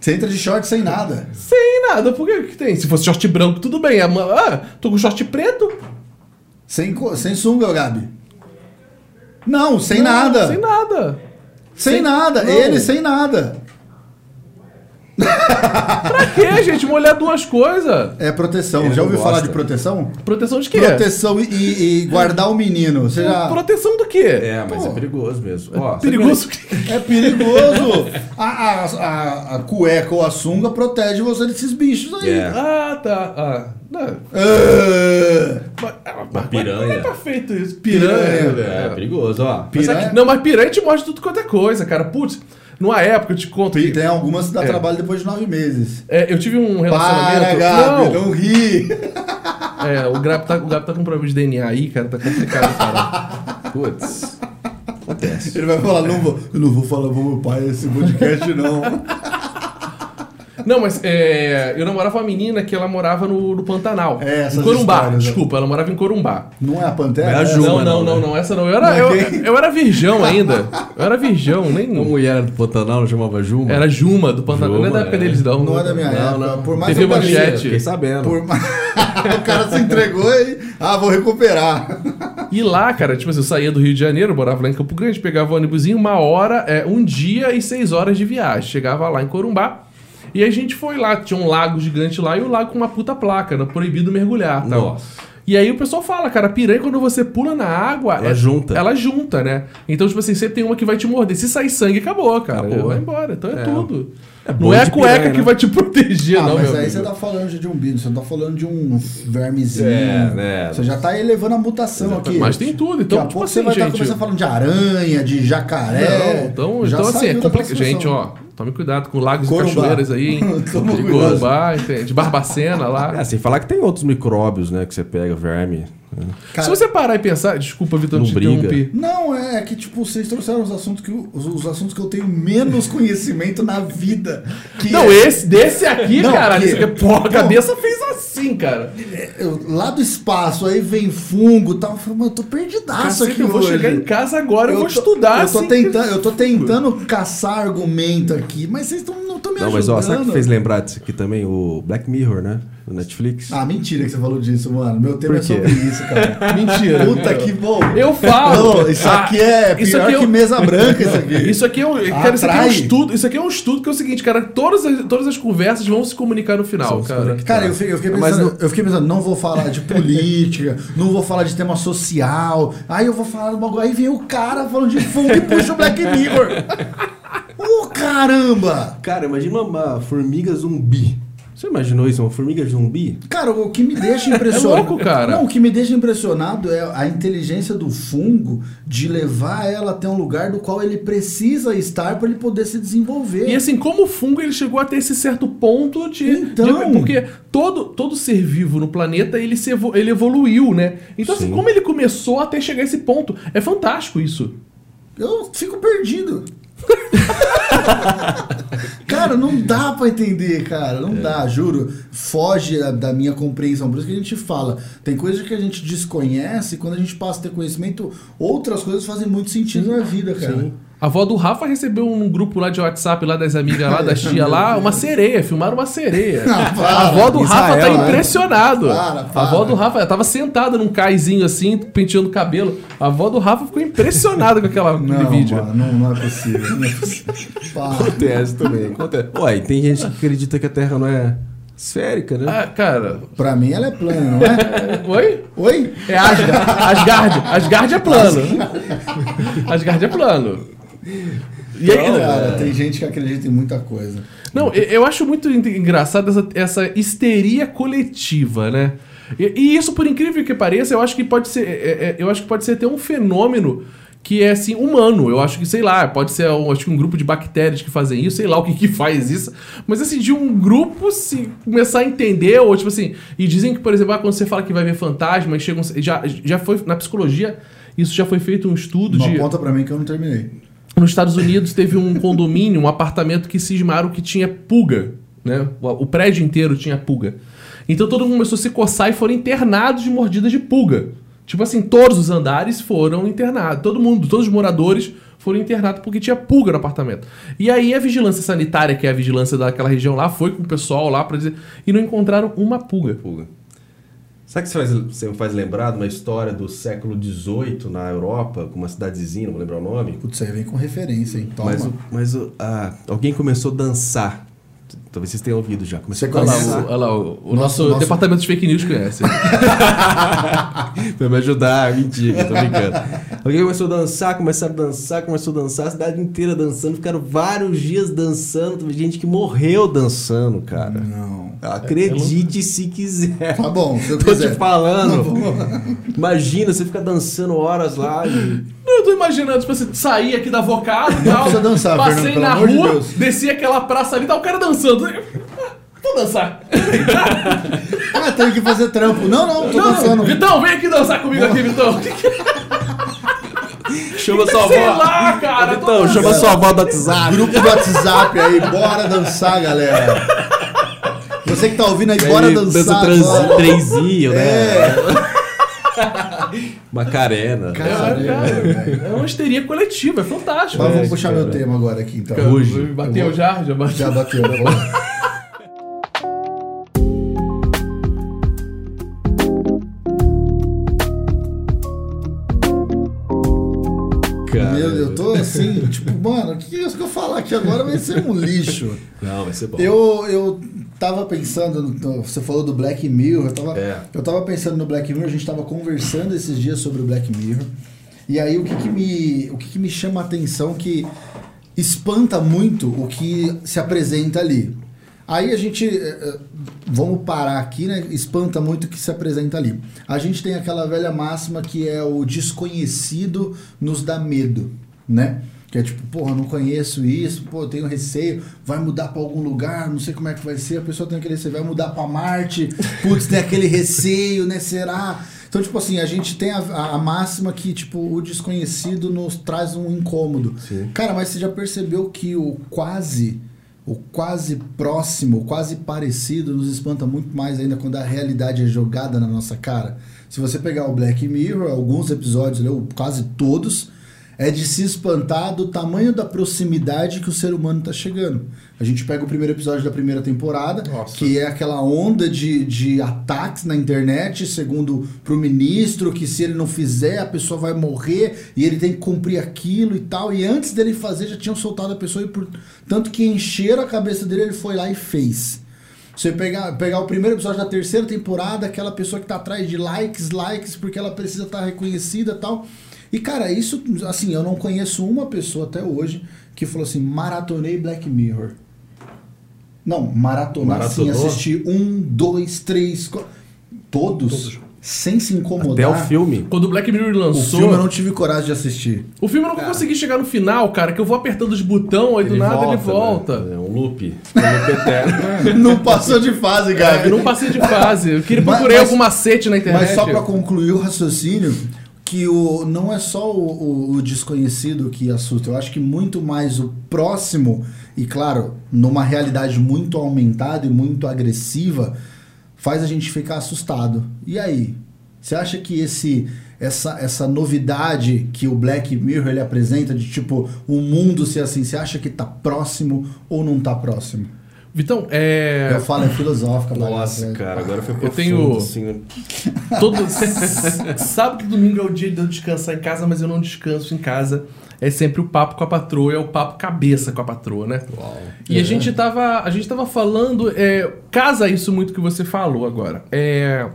você entra de short sem nada.
sem nada. Por que que tem? Se fosse short branco, tudo bem. Ah, ma- Ah, tô com short preto?
Sem, co- sem sunga, Gabi. Não, sem
Não,
nada.
Sem
Sem,
nada. sem-
nada.
não.
Ele sem nada.
Pra quê, gente? Molhar duas coisas?
É proteção.
Ele
já
não
ouviu falar
gosta.
de proteção?
Proteção de quê? Hum,
Proteção e, e- e guardar o menino. Você já...
Proteção do quê?
É, mas é perigoso mesmo. Ó,
Perigoso que...
É perigoso! A, a, a, a cueca ou a sunga protege você desses bichos aí.
É.
Ah, tá. Ah, não.
Ah,
Mas, ah, mas Não é
piranha.
perfeito isso.
Piranha,
Piranha,
sabe- É, é
velho.
perigoso, ó.
Mas é que-
piranha-
não, mas piranha te mostra tudo quanto é coisa, cara. Putz, numa época, eu te conto
e
que...
tem algumas que dá
É.
trabalho depois de nove meses.
É, eu tive um relacionamento...
Para, Gabi,
não,
não, ri!
É, o Gabi tá, o Gabi tá com problema de DNA aí, cara. Tá complicado, cara.
Putz. Acontece.
Ele vai falar, não vou, eu não vou falar pro meu pai esse podcast, não.
Não, mas é, eu namorava uma menina que ela morava no, no Pantanal.
É, essas
em Corumbá,
histórias, né?
desculpa. Ela morava em Corumbá.
Não é a Pantera?
Não é a
essa?
Ju.
Não,
Juma,
não,
não,
não,
né?
não, essa não. Eu era, eu, eu era virgão ainda. Eu era virgão,
A
nem.
mulher do Pantanal chamava Juma?
Era Juma do Pantanal. não é
Juma,
da época
é.
deles, não.
Não é da minha
Não,
época.
não.
Por mais
TV
que eu pareça-
Manchete.
Fiquei sabendo.
Por mais... o cara se entregou e. Ah, vou recuperar.
E lá, cara, tipo assim, eu saía do Rio de Janeiro, morava lá em Campo Grande, pegava o ônibusinho, uma hora, é, um dia e seis horas de viagem. Chegava lá em Corumbá. E a gente foi lá, tinha um lago gigante lá e o lago com uma puta placa, né, proibido mergulhar. Tal.
Nossa.
E aí o pessoal fala, cara, piranha quando você pula na água.
Ela é junta.
Ela junta, né? Então, tipo assim, sempre tem uma que vai te morder. Se sair sangue, acabou, cara.
Acabou.
Vai embora. Então é,
É.
tudo. não
boi
é a
de
cueca
piranha,
que
né?
vai te proteger,
Ah,
não,
mas
meu
aí
amigo.
você tá falando já de um bicho, você não tá falando de um vermezinho.
É, né?
Você já tá elevando a mutação aqui.
Mas tem tudo, então,
Daqui a
tipo
pouco
assim,
você vai estar
gente,
começando falando de aranha, de jacaré.
Não, então,
Já
então assim,
saiu
é
da
complicado.
construção.
Gente, ó, tome cuidado com lagos e
Corumbá.
cachoeiras aí, hein?
Toma
de
cuidado.
Corumbá, entende? Barbacena
É,
lá.
sem falar que tem outros micróbios, né? Que você pega, verme. né?
Cara,
Se você parar e pensar, desculpa, Vitor, te
Lombriga.
interrompi.
Não, é, é que tipo, vocês trouxeram os assuntos que, eu- os, os assuntos que eu tenho menos conhecimento na vida. que
Não,
é-
esse, desse aqui,
Não,
cara,
que-
esse aqui, porra, a
Não.
cabeça fez assim, cara.
eu- lá do espaço, aí vem fungo e tal. Eu falei, mano, eu tô perdidaço
Cacete,
aqui
eu vou
Ah, hoje.
chegar em casa agora, eu, vou
tô-
estudar,
eu tô,
assim,
tentando, eu tô tentando caçar argumento aqui, mas vocês tão- não estão me
Não,
ajudando.
mas ó, sabe o que fez lembrar disso aqui também? O Black Mirror, né? do Netflix.
Ah, mentira que você falou disso, mano. Meu tema
Por
é
quê?
sobre isso, cara.
Mentira.
Puta que bom.
Eu falo.
Ô, isso
Ah,
aqui é
isso
pior
aqui eu-
que Ah, mesa branca, isso aqui.
Isso aqui, é um, cara, isso aqui é um
Atrai.
estudo. Isso aqui é um estudo que é o seguinte, cara, todas as, todas as conversas vão se comunicar no final,
São
cara.
desconectadas.
Cara, eu fiquei, eu fiquei
Mas
pensando, eu fiquei pensando, não vou falar de política, não vou falar de tema social, aí eu vou falar do bagulho, aí vem o cara falando de fundo e puxa o Black Mirror. Ô caramba!
Cara, imagina uma, uma formiga zumbi. Você imaginou isso? Uma formiga zumbi?
Cara, o que me deixa impressionado.
É louco, cara.
Não, o que me deixa impressionado é a inteligência do fungo de levar ela até um lugar do qual ele precisa estar para ele poder se desenvolver.
E assim, como o fungo ele chegou até esse certo ponto de.
Então.
de- porque todo, todo ser vivo no planeta ele, se evo- ele evoluiu, né? Então, assim,
Sim.
como ele começou até chegar a esse ponto? É fantástico isso.
Eu fico perdido. cara, não dá pra entender, cara.
É.
Não dá, juro. Foge da- da minha compreensão. Por isso que a gente fala. Tem coisas que a gente desconhece e quando a gente passa a ter conhecimento, outras coisas fazem muito sentido na vida, cara.
A avó do Rafa recebeu um grupo lá de WhatsApp, lá das amigas lá, das tia lá, uma sereia, filmaram uma sereia. a avó do
Israel,
Rafa tá
né?
impressionado.
Para, para.
A avó do Rafa, ela tava sentada num caizinho assim, penteando o cabelo. A avó do Rafa ficou impressionada com aquela aquele
Não,
vídeo.
mano, não, não é possível. Não é possível. Para.
Acontece também, acontece. Ué, e tem gente que acredita que a Terra não é esférica, né?
Ah, cara.
Pra mim ela é plana, não é?
Oi?
Oi?
É Asgard. Asgard. Asgard é plano. Asgard é plano. E aí,
Cara, tem gente que acredita em muita coisa.
não, eu- eu acho muito en- engraçado essa, essa histeria coletiva, né? E, e isso, por incrível que pareça, eu acho que pode ser, é- é- eu acho que pode ser até um fenômeno que é assim humano. Eu acho que sei lá, pode ser um, acho que um grupo de bactérias que fazem isso, sei lá o que que faz isso. Mas assim, de um grupo se começar a entender ou tipo assim, e dizem que por exemplo, ah, quando você fala que vai ver fantasma, e chegam, já já foi na psicologia isso já foi feito um estudo
Não
de
aponta pra mim que eu não terminei.
nos Estados Unidos teve um condomínio, um apartamento que cismaram que tinha pulga, né? O o prédio inteiro tinha pulga. Então todo mundo começou a se coçar e foram internados de mordidas de pulga. Tipo assim, todos os andares foram internados. Todo mundo, todos os moradores foram internados porque tinha pulga no apartamento. E aí a vigilância sanitária, que é a vigilância daquela região lá, foi com o pessoal lá pra dizer. E não encontraram uma pulga.
Fuga. Sabe que você faz, você faz lembrar de uma história do século XVIII na Europa, com uma cidadezinha, não vou lembrar o nome?
Putz, aí vem com referência, hein? Toma.
Mas, o- mas o- ah, alguém começou a dançar. Talvez vocês tenham ouvido já. Começou
Você
a um
Olha lá,
dançar.
o, olha lá, o- o
Nosso-
nosso,
nosso-
departamento de fake news conhece.
Vai me ajudar, mentira, tô brincando. Alguém começou a dançar, começaram a dançar, começou a dançar, a cidade inteira dançando, ficaram vários dias dançando, teve gente que morreu dançando, cara.
Não.
Acredite se quiser.
Tá bom, se eu
Tô te
quiser.
falando. Imagina, você fica dançando horas lá e
Não, eu tô imaginando, tipo assim, saí aqui da Vocado e tal.
precisa dançar,
passei
Fernando, pelo
na
amor de
rua,
Deus.
desci aquela praça ali, tá o cara dançando. Vou dançar.
Ah, tenho que fazer trampo. Não, não, tô
Não,
dançando.
Vitão, vem aqui dançar comigo aqui, Vitão. é
chama sua
Sei
avó.
lá, cara. tô
Então, chama sua avó do WhatsApp.
Grupo do WhatsApp aí, bora dançar, galera. Você que tá ouvindo aí, bora
Aí
dançar.
Dança
bora.
transinho, né?
É,
Macarena. né?
dançando.
cara,
É,
é,
cara, é uma histeria coletiva, é fantástico.
Mas
né?
vamos puxar meu tema agora aqui, então.
Cara,
Hoje.
Bateu já, já bateu.
Já bateu, né?
Cara.
Meu, eu tô assim, tipo, mano, o que é isso que eu falar aqui agora vai ser um lixo.
Não, vai ser bom.
Eu, eu tava pensando, no- no- você falou do Black Mirror, eu tava,
É.
eu tava pensando no Black Mirror, a gente tava conversando esses dias sobre o Black Mirror. E aí o que, que me, o que, que me chama a atenção que espanta muito o que se apresenta ali. Aí a gente, eh, eh, vamos parar aqui, né? Espanta muito o que se apresenta ali. A gente tem aquela velha máxima que é o desconhecido nos dá medo né? Que é tipo, porra, não conheço isso, pô, eu tenho receio, vai mudar pra algum lugar, não sei como é que vai ser, a pessoa tem aquele receio, vai mudar pra Marte, putz, tem aquele receio, né? Será? Então, tipo assim, a gente tem a, a- a máxima que, tipo, o desconhecido nos traz um incômodo. Cara, mas você já percebeu que o quase, o quase próximo, o quase parecido nos espanta muito mais ainda quando a realidade é jogada na nossa cara? Se você pegar o Black Mirror, alguns episódios, ou quase né, todos, é de se espantar do tamanho da proximidade que o ser humano está chegando. A gente pega o primeiro episódio da primeira temporada,
Nossa.
que é aquela onda de, de ataques na internet, segundo pro ministro, que se ele não fizer, a pessoa vai morrer e ele tem que cumprir aquilo e tal. E antes dele fazer, já tinham soltado a pessoa, e por tanto que encheram a cabeça dele, ele foi lá e fez. Você pegar, pegar o primeiro episódio da terceira temporada, aquela pessoa que tá atrás de likes, likes, porque ela precisa estar reconhecida e tal. E, cara, isso, assim, eu não conheço uma pessoa até hoje que falou assim: maratonei Black Mirror. Não, maratonar sim,
Maratonou?
assistir um, dois, três, quatro. Todos, sem se incomodar.
Até o filme.
Quando o Black Mirror
O
lançou.
filme eu não tive coragem de assistir.
O filme eu não consegui chegar no final, cara, que eu vou apertando os botões, aí do nada ele volta.
né? É um loop. Um loop eterno.
não passou de fase,
É,
Gabi.
eu não passei de fase. Eu queria
Mas-
procurar
mas-
algum macete na internet.
Mas só pra concluir o raciocínio, que o, não é só o, o- o desconhecido que assusta, eu acho que muito mais o próximo, e claro, numa realidade muito aumentada e muito agressiva, faz a gente ficar assustado. E aí? Você acha que esse essa, essa novidade que o Black Mirror ele apresenta de tipo o mundo ser assim, você acha que tá próximo ou não tá próximo?
Vitão, é.
Eu falo é filosófica,
Nossa,
parece, né?
cara, agora foi
Eu
profundo,
tenho-
assim.
Todo... Sabe que domingo é o dia de eu descansar em casa, mas eu não descanso em casa. É sempre o papo com a patroa, é o papo cabeça com a patroa, né? E a gente tava. A gente tava falando. é, casa isso muito que você falou agora. É.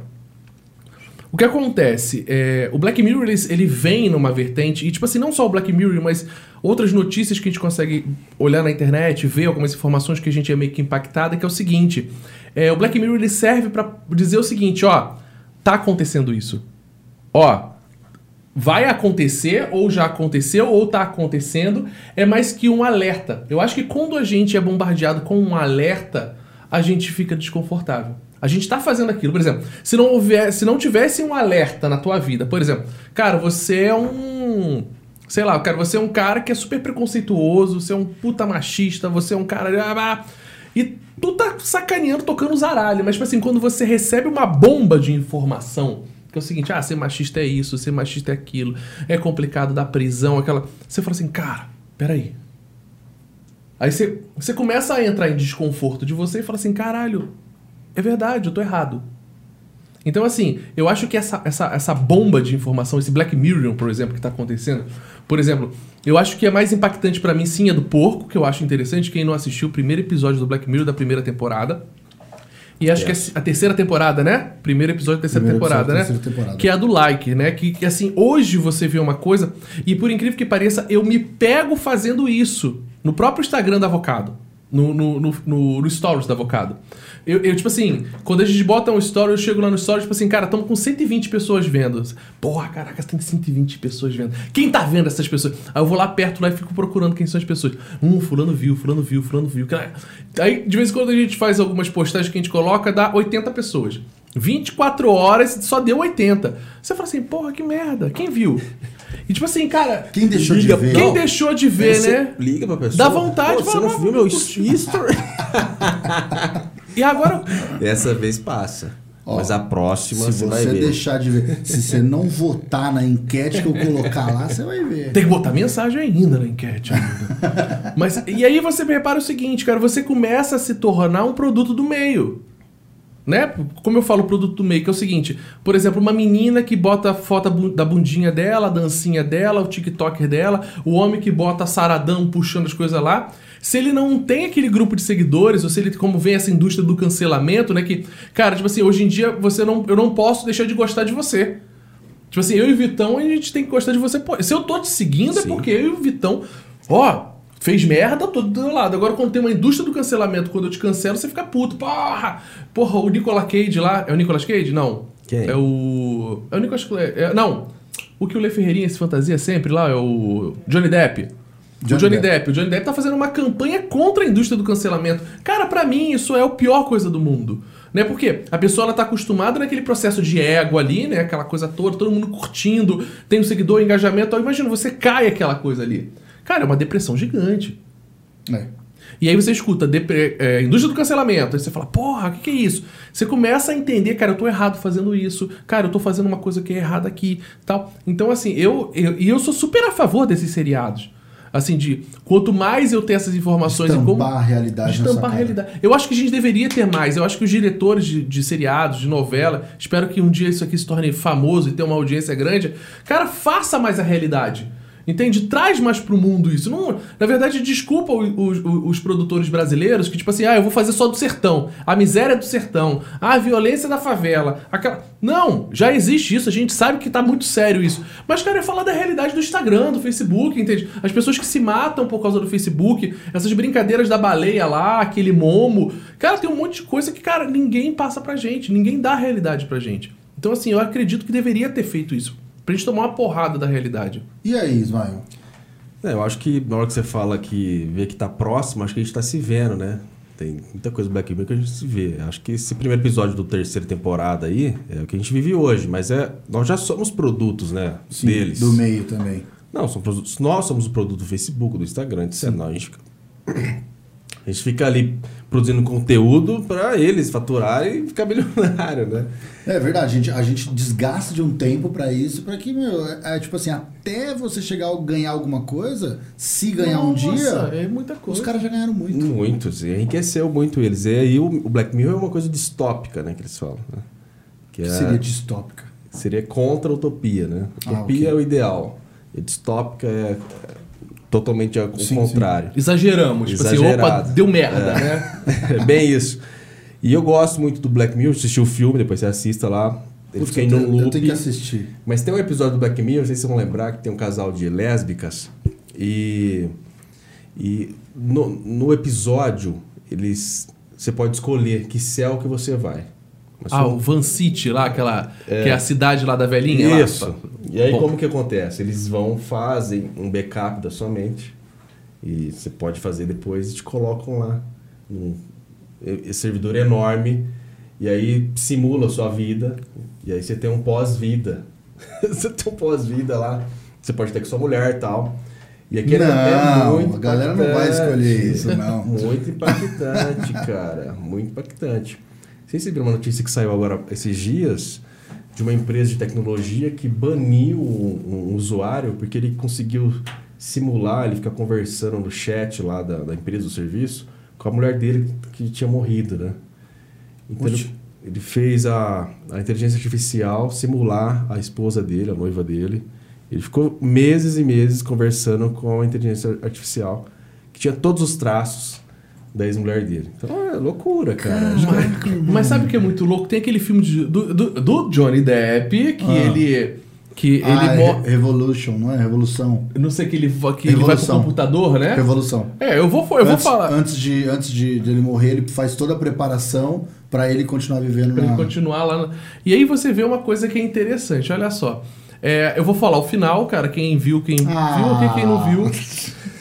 O que acontece? É, o Black Mirror ele, ele vem numa vertente, e tipo assim, não só o Black Mirror, mas outras notícias que a gente consegue olhar na internet, ver algumas informações que a gente é meio que impactada, que é o seguinte: é, o Black Mirror ele serve pra dizer o seguinte, ó, tá acontecendo isso. Ó, vai acontecer, ou já aconteceu, ou tá acontecendo, é mais que um alerta. Eu acho que quando a gente é bombardeado com um alerta, a gente fica desconfortável. A gente tá fazendo aquilo, por exemplo, se não houver, se não tivesse um alerta na tua vida, por exemplo, cara, você é um Sei lá, cara, você é um cara que é super preconceituoso, você é um puta machista, você é um cara. blá, blá, E tu tá sacaneando, tocando os aralhos. Mas, tipo assim, quando você recebe uma bomba de informação, que é o seguinte, ah, ser machista é isso, ser machista é aquilo, é complicado da prisão, aquela. Você fala assim, cara, peraí. Aí você, você começa a entrar em desconforto de você e fala assim, caralho, é verdade, eu tô errado. Então, assim, eu acho que essa, essa, essa bomba de informação, esse Black Mirror, por exemplo, que tá acontecendo, por exemplo, eu acho que é mais impactante pra mim, sim, é do porco, que eu acho interessante. Quem não assistiu o primeiro episódio do Black Mirror da primeira temporada. E acho que é a terceira temporada, né? Primeiro episódio da terceira
Primeiro
temporada,
episódio da
né?
terceira temporada.
Que é a do like, né? Que, que, assim, hoje você vê uma coisa, e por incrível que pareça, eu me pego fazendo isso no próprio Instagram da Avocado. No, no, no, no- no Stories da Avocado. Eu, eu, tipo assim, quando a gente bota um story, eu chego lá no story, tipo assim, cara, estamos com 120 pessoas vendo. Porra, caraca, tem 120 pessoas vendo. Quem tá vendo essas pessoas? Aí eu vou lá perto lá e fico procurando quem são as pessoas. Hum, fulano viu, fulano viu, fulano viu. Cara, Aí, de vez em quando, a gente faz algumas postagens que a gente coloca, dá 80 pessoas. 24 horas só deu 80. Você fala assim, porra, que merda, quem viu? E tipo assim, cara,
Quem deixou
Liga
de ver?
quem
Não.
deixou de ver,
Você
né?
Liga pra pessoa.
Dá vontade,
Pô, Você
fala,
não
mas-
viu meu history?
E agora.
Dessa vez passa.
Ó,
Mas a próxima
Se
você vai
você
ver.
deixar de ver, se você não votar na enquete que eu colocar lá, você vai ver.
Tem que botar mensagem ainda na enquete. Ainda. Mas, e aí você repara o seguinte, cara, você começa a se tornar um produto do meio. Né? Como eu falo produto do meio, que é o seguinte, por exemplo, uma menina que bota a foto bu- da bundinha dela, a dancinha dela, o TikToker dela, o homem que bota saradão puxando as coisas lá. Se ele não tem aquele grupo de seguidores, ou se ele, como vem essa indústria do cancelamento, né? Que, cara, tipo assim, hoje em dia você não, eu não posso deixar de gostar de você. Tipo assim, eu e o Vitão, a gente tem que gostar de você. Pô, se eu tô te seguindo, é
Sim.
porque eu e o Vitão, ó, fez merda, tô do teu lado. Agora, quando tem uma indústria do cancelamento, quando eu te cancelo, você fica puto. Porra! Porra, o Nicolas Cage lá. É o Nicolas Cage? Não.
Quem?
É o. É o Nicolas Cage. é- não. O que o Le Ferreirinha se fantasia sempre lá é o. Johnny Depp. o
Johnny
Johnny
Depp.
Depp. O Johnny Depp tá fazendo uma campanha contra a indústria do cancelamento. Cara, pra mim, isso é a pior coisa do mundo. Né? Porque a pessoa ela tá acostumada naquele processo de ego ali, né? Aquela coisa toda, todo mundo curtindo, tem um seguidor, engajamento. Ó, imagina, você cai aquela coisa ali. Cara, é uma depressão gigante.
É.
E aí você escuta depre- é, indústria do cancelamento, aí você fala, porra, o que, que é isso? Você começa a entender, cara, eu tô errado fazendo isso, cara, eu tô fazendo uma coisa que é errada aqui, tal. Então, assim, eu, eu, e eu sou super a favor desses seriados. Assim, de quanto mais eu tenho essas informações e como
Tampar a realidade
de
na sua
tampar a
cara.
realidade. Eu acho que a gente deveria ter mais. Eu acho que os diretores de, de seriados, de novela, espero que um dia isso aqui se torne famoso e tenha uma audiência grande. Cara, faça mais a realidade. Entende? Traz mais pro mundo isso. Não, na verdade, desculpa o- os, os- os produtores brasileiros que, tipo assim, ah, eu vou fazer só do sertão. A miséria é do sertão. Ah, A violência é da favela. Aquela... Não, já existe isso. A gente sabe que tá muito sério isso. Mas, cara, é falar da realidade do Instagram, do Facebook, entende? As pessoas que se matam por causa do Facebook, essas brincadeiras da baleia lá, aquele momo. Cara, tem um monte de coisa que, cara, ninguém passa pra gente. Ninguém dá a realidade pra gente. Então, assim, eu acredito que deveria ter feito isso. Pra gente tomar uma porrada da realidade.
E aí, Ismael?
É, eu acho que na hora que você fala que vê que tá próximo, acho que a gente tá se vendo, né? Tem muita coisa do Black Mirror que a gente se vê. Acho que esse primeiro episódio do terceira temporada aí é o que a gente vive hoje, mas é nós já somos produtos, né? deles.
Do meio também.
Não, são produtos, nós somos o produto do Facebook, do Instagram, etc. Não, a, gente fica, a gente fica ali produzindo conteúdo pra eles faturarem e ficar milionário, né?
É verdade, a gente, a gente desgasta de um tempo pra isso, pra que, meu, é, é tipo assim, até você chegar a ganhar alguma coisa, se ganhar um
Nossa,
dia,
É muita coisa.
os caras já ganharam muito.
Muito, assim, enriqueceu muito eles. E aí o, o Black Mirror é uma coisa distópica, né? Que eles falam. né? Que
Que
é-
seria distópica.
Seria contra a utopia, né?
Ah, ok.
Utopia é o ideal. E distópica é totalmente ao
Sim,
contrário.
Exageramos. Tipo assim, opa,
Exagerado.
deu merda, né?
É bem isso. E eu gosto muito do Black Mirror, assisti o filme, depois você assista lá. Ele
Putz,
fica
eu,
indo
tenho,
um
eu
loop.
tenho que assistir.
Mas tem um episódio do Black Mirror, não sei se vocês vão lembrar, que tem um casal de lésbicas e. E no, no episódio, eles. Você pode escolher que céu que você vai. Mas
Ah,
você-
o Van City lá, aquela. Que é a cidade lá da velhinha. lá. tá.
Isso. E aí,
Bom.
como que acontece? Eles vão, fazem um backup da sua mente. E você pode fazer depois e te colocam lá. Num e- e servidor enorme. E aí simula a sua vida. E aí você tem um pós-vida. você tem um pós-vida lá. Você pode ter com sua mulher e tal. E aqui é
Não,
muito
a galera não vai
impactante.
escolher isso, não.
Muito impactante, cara. Muito impactante. Vocês viram uma notícia que saiu agora esses dias de uma empresa de tecnologia que baniu um, um usuário porque ele conseguiu simular, ele fica conversando no chat lá da, da empresa do serviço com a mulher dele que tinha morrido, né? Então ele, ele fez a, a inteligência artificial simular a esposa dele, a noiva dele. Ele ficou meses e meses conversando com a inteligência artificial que tinha todos os traços da ex-mulher dele. Então é loucura, cara. Acho que-
Mas sabe o que é muito louco? Tem aquele filme de- do, do, do Johnny Depp que
Ah.
ele. Que
ah,
ele
é
morre.
Re- Revolution, não é? Revolução.
Não sei que ele, va- que ele vai pro
Revolução.
computador, né?
Revolução.
É, eu vou, eu vou
antes,
falar.
Antes, de, antes de, de ele morrer, ele faz toda a preparação pra ele continuar vivendo
Pra ele
na...
continuar lá. na- E aí você vê uma coisa que é interessante, olha só. É, eu vou falar o final, cara, quem viu, quem
Ah.
viu, quem, quem não viu.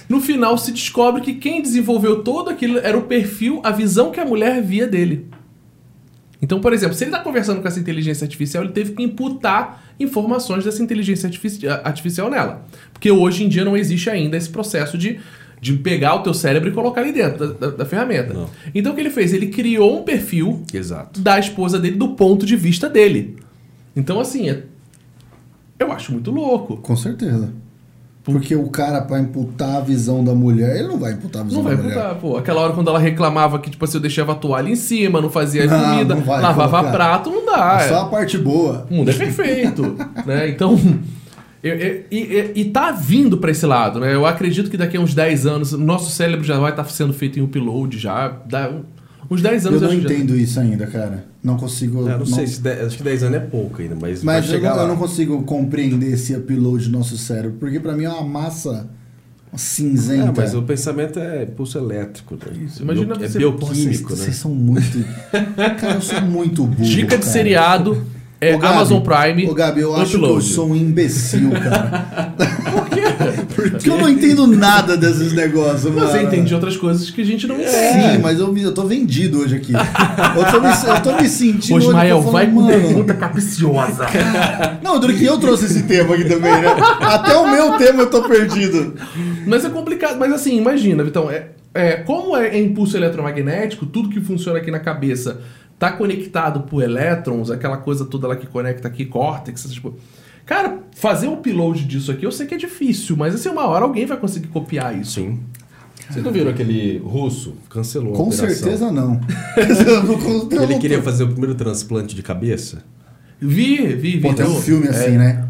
No final se descobre que quem desenvolveu todo aquilo era o perfil, a visão que a mulher via dele. Então, por exemplo, se ele tá conversando com essa inteligência artificial, ele teve que imputar informações dessa inteligência artifici- artificial nela. Porque hoje em dia não existe ainda esse processo de, de pegar o teu cérebro e colocar ali dentro da, da- da ferramenta.
Não.
Então o que ele fez? Ele criou um perfil
Exato.
da esposa dele do ponto de vista dele. Então, assim, é- eu acho muito louco.
Com certeza. Porque o cara, pra imputar a visão da mulher, ele não vai imputar a visão
Não vai
da é mulher.
mudar, pô. Aquela hora quando ela reclamava que, tipo assim, eu deixava a toalha em cima, não fazia
Ah, Não,
comida,
não vai
lavava
colocar. É
prato, não dá. é.
Só a parte boa.
O mundo é perfeito, né? Então... eu- eu- e, e- e tá vindo pra esse lado, né? Eu acredito que daqui a uns 10 anos, o nosso cérebro já vai estar sendo feito em upload já. Dá um- uns 10 anos
Eu não
acho que já-
entendo isso ainda, cara. Não consigo.
É, não, sei, se dez- acho que 10 anos é pouco ainda, mas, vai
Mas eu
chegar
não, eu
lá.
não consigo compreender esse upload do nosso cérebro, porque pra mim é uma massa cinzenta.
É, mas o pensamento é impulso elétrico. Né?
Isso, imagina
Bio-
você-
É bioquímico,
Vocês,
né?
vocês são muito. cara, eu sou muito burro.
Dica de
cara.
seriado, é,
Ô, Gabi,
Amazon Prime,
Ô, Gabi, eu acho que eu
upload.
sou um imbecil, cara.
Por quê?
Porque eu não entendo nada desses negócios, mano.
Você entende É. outras coisas que a gente
É,
não entende.
Sim, mas eu, me- eu tô vendido hoje aqui. Eu tô me, eu tô me sentindo.
Ô,
hoje que eu
Ismael,
falo,
vai com
"Mano,
pergunta capiciosa.
Não, duro que eu trouxe esse tema aqui também, né? Até o meu tema eu tô perdido.
mas é complicado. Mas assim, imagina, Vitão, é, é, como é, é impulso eletromagnético, tudo que funciona aqui na cabeça tá conectado por elétrons, aquela coisa toda lá que conecta aqui, córtex, essas coisas. Cara, fazer um upload disso aqui eu sei que é difícil, mas assim, uma hora alguém vai conseguir copiar isso.
Sim. Vocês não viram aquele russo? Cancelou a
Com
operação.
certeza não. um Eu não con- eu
Ele
não-
queria fazer o primeiro transplante de cabeça?
Vi, vi, vi.
Pô, tem
tem
um filme
É.
assim, né?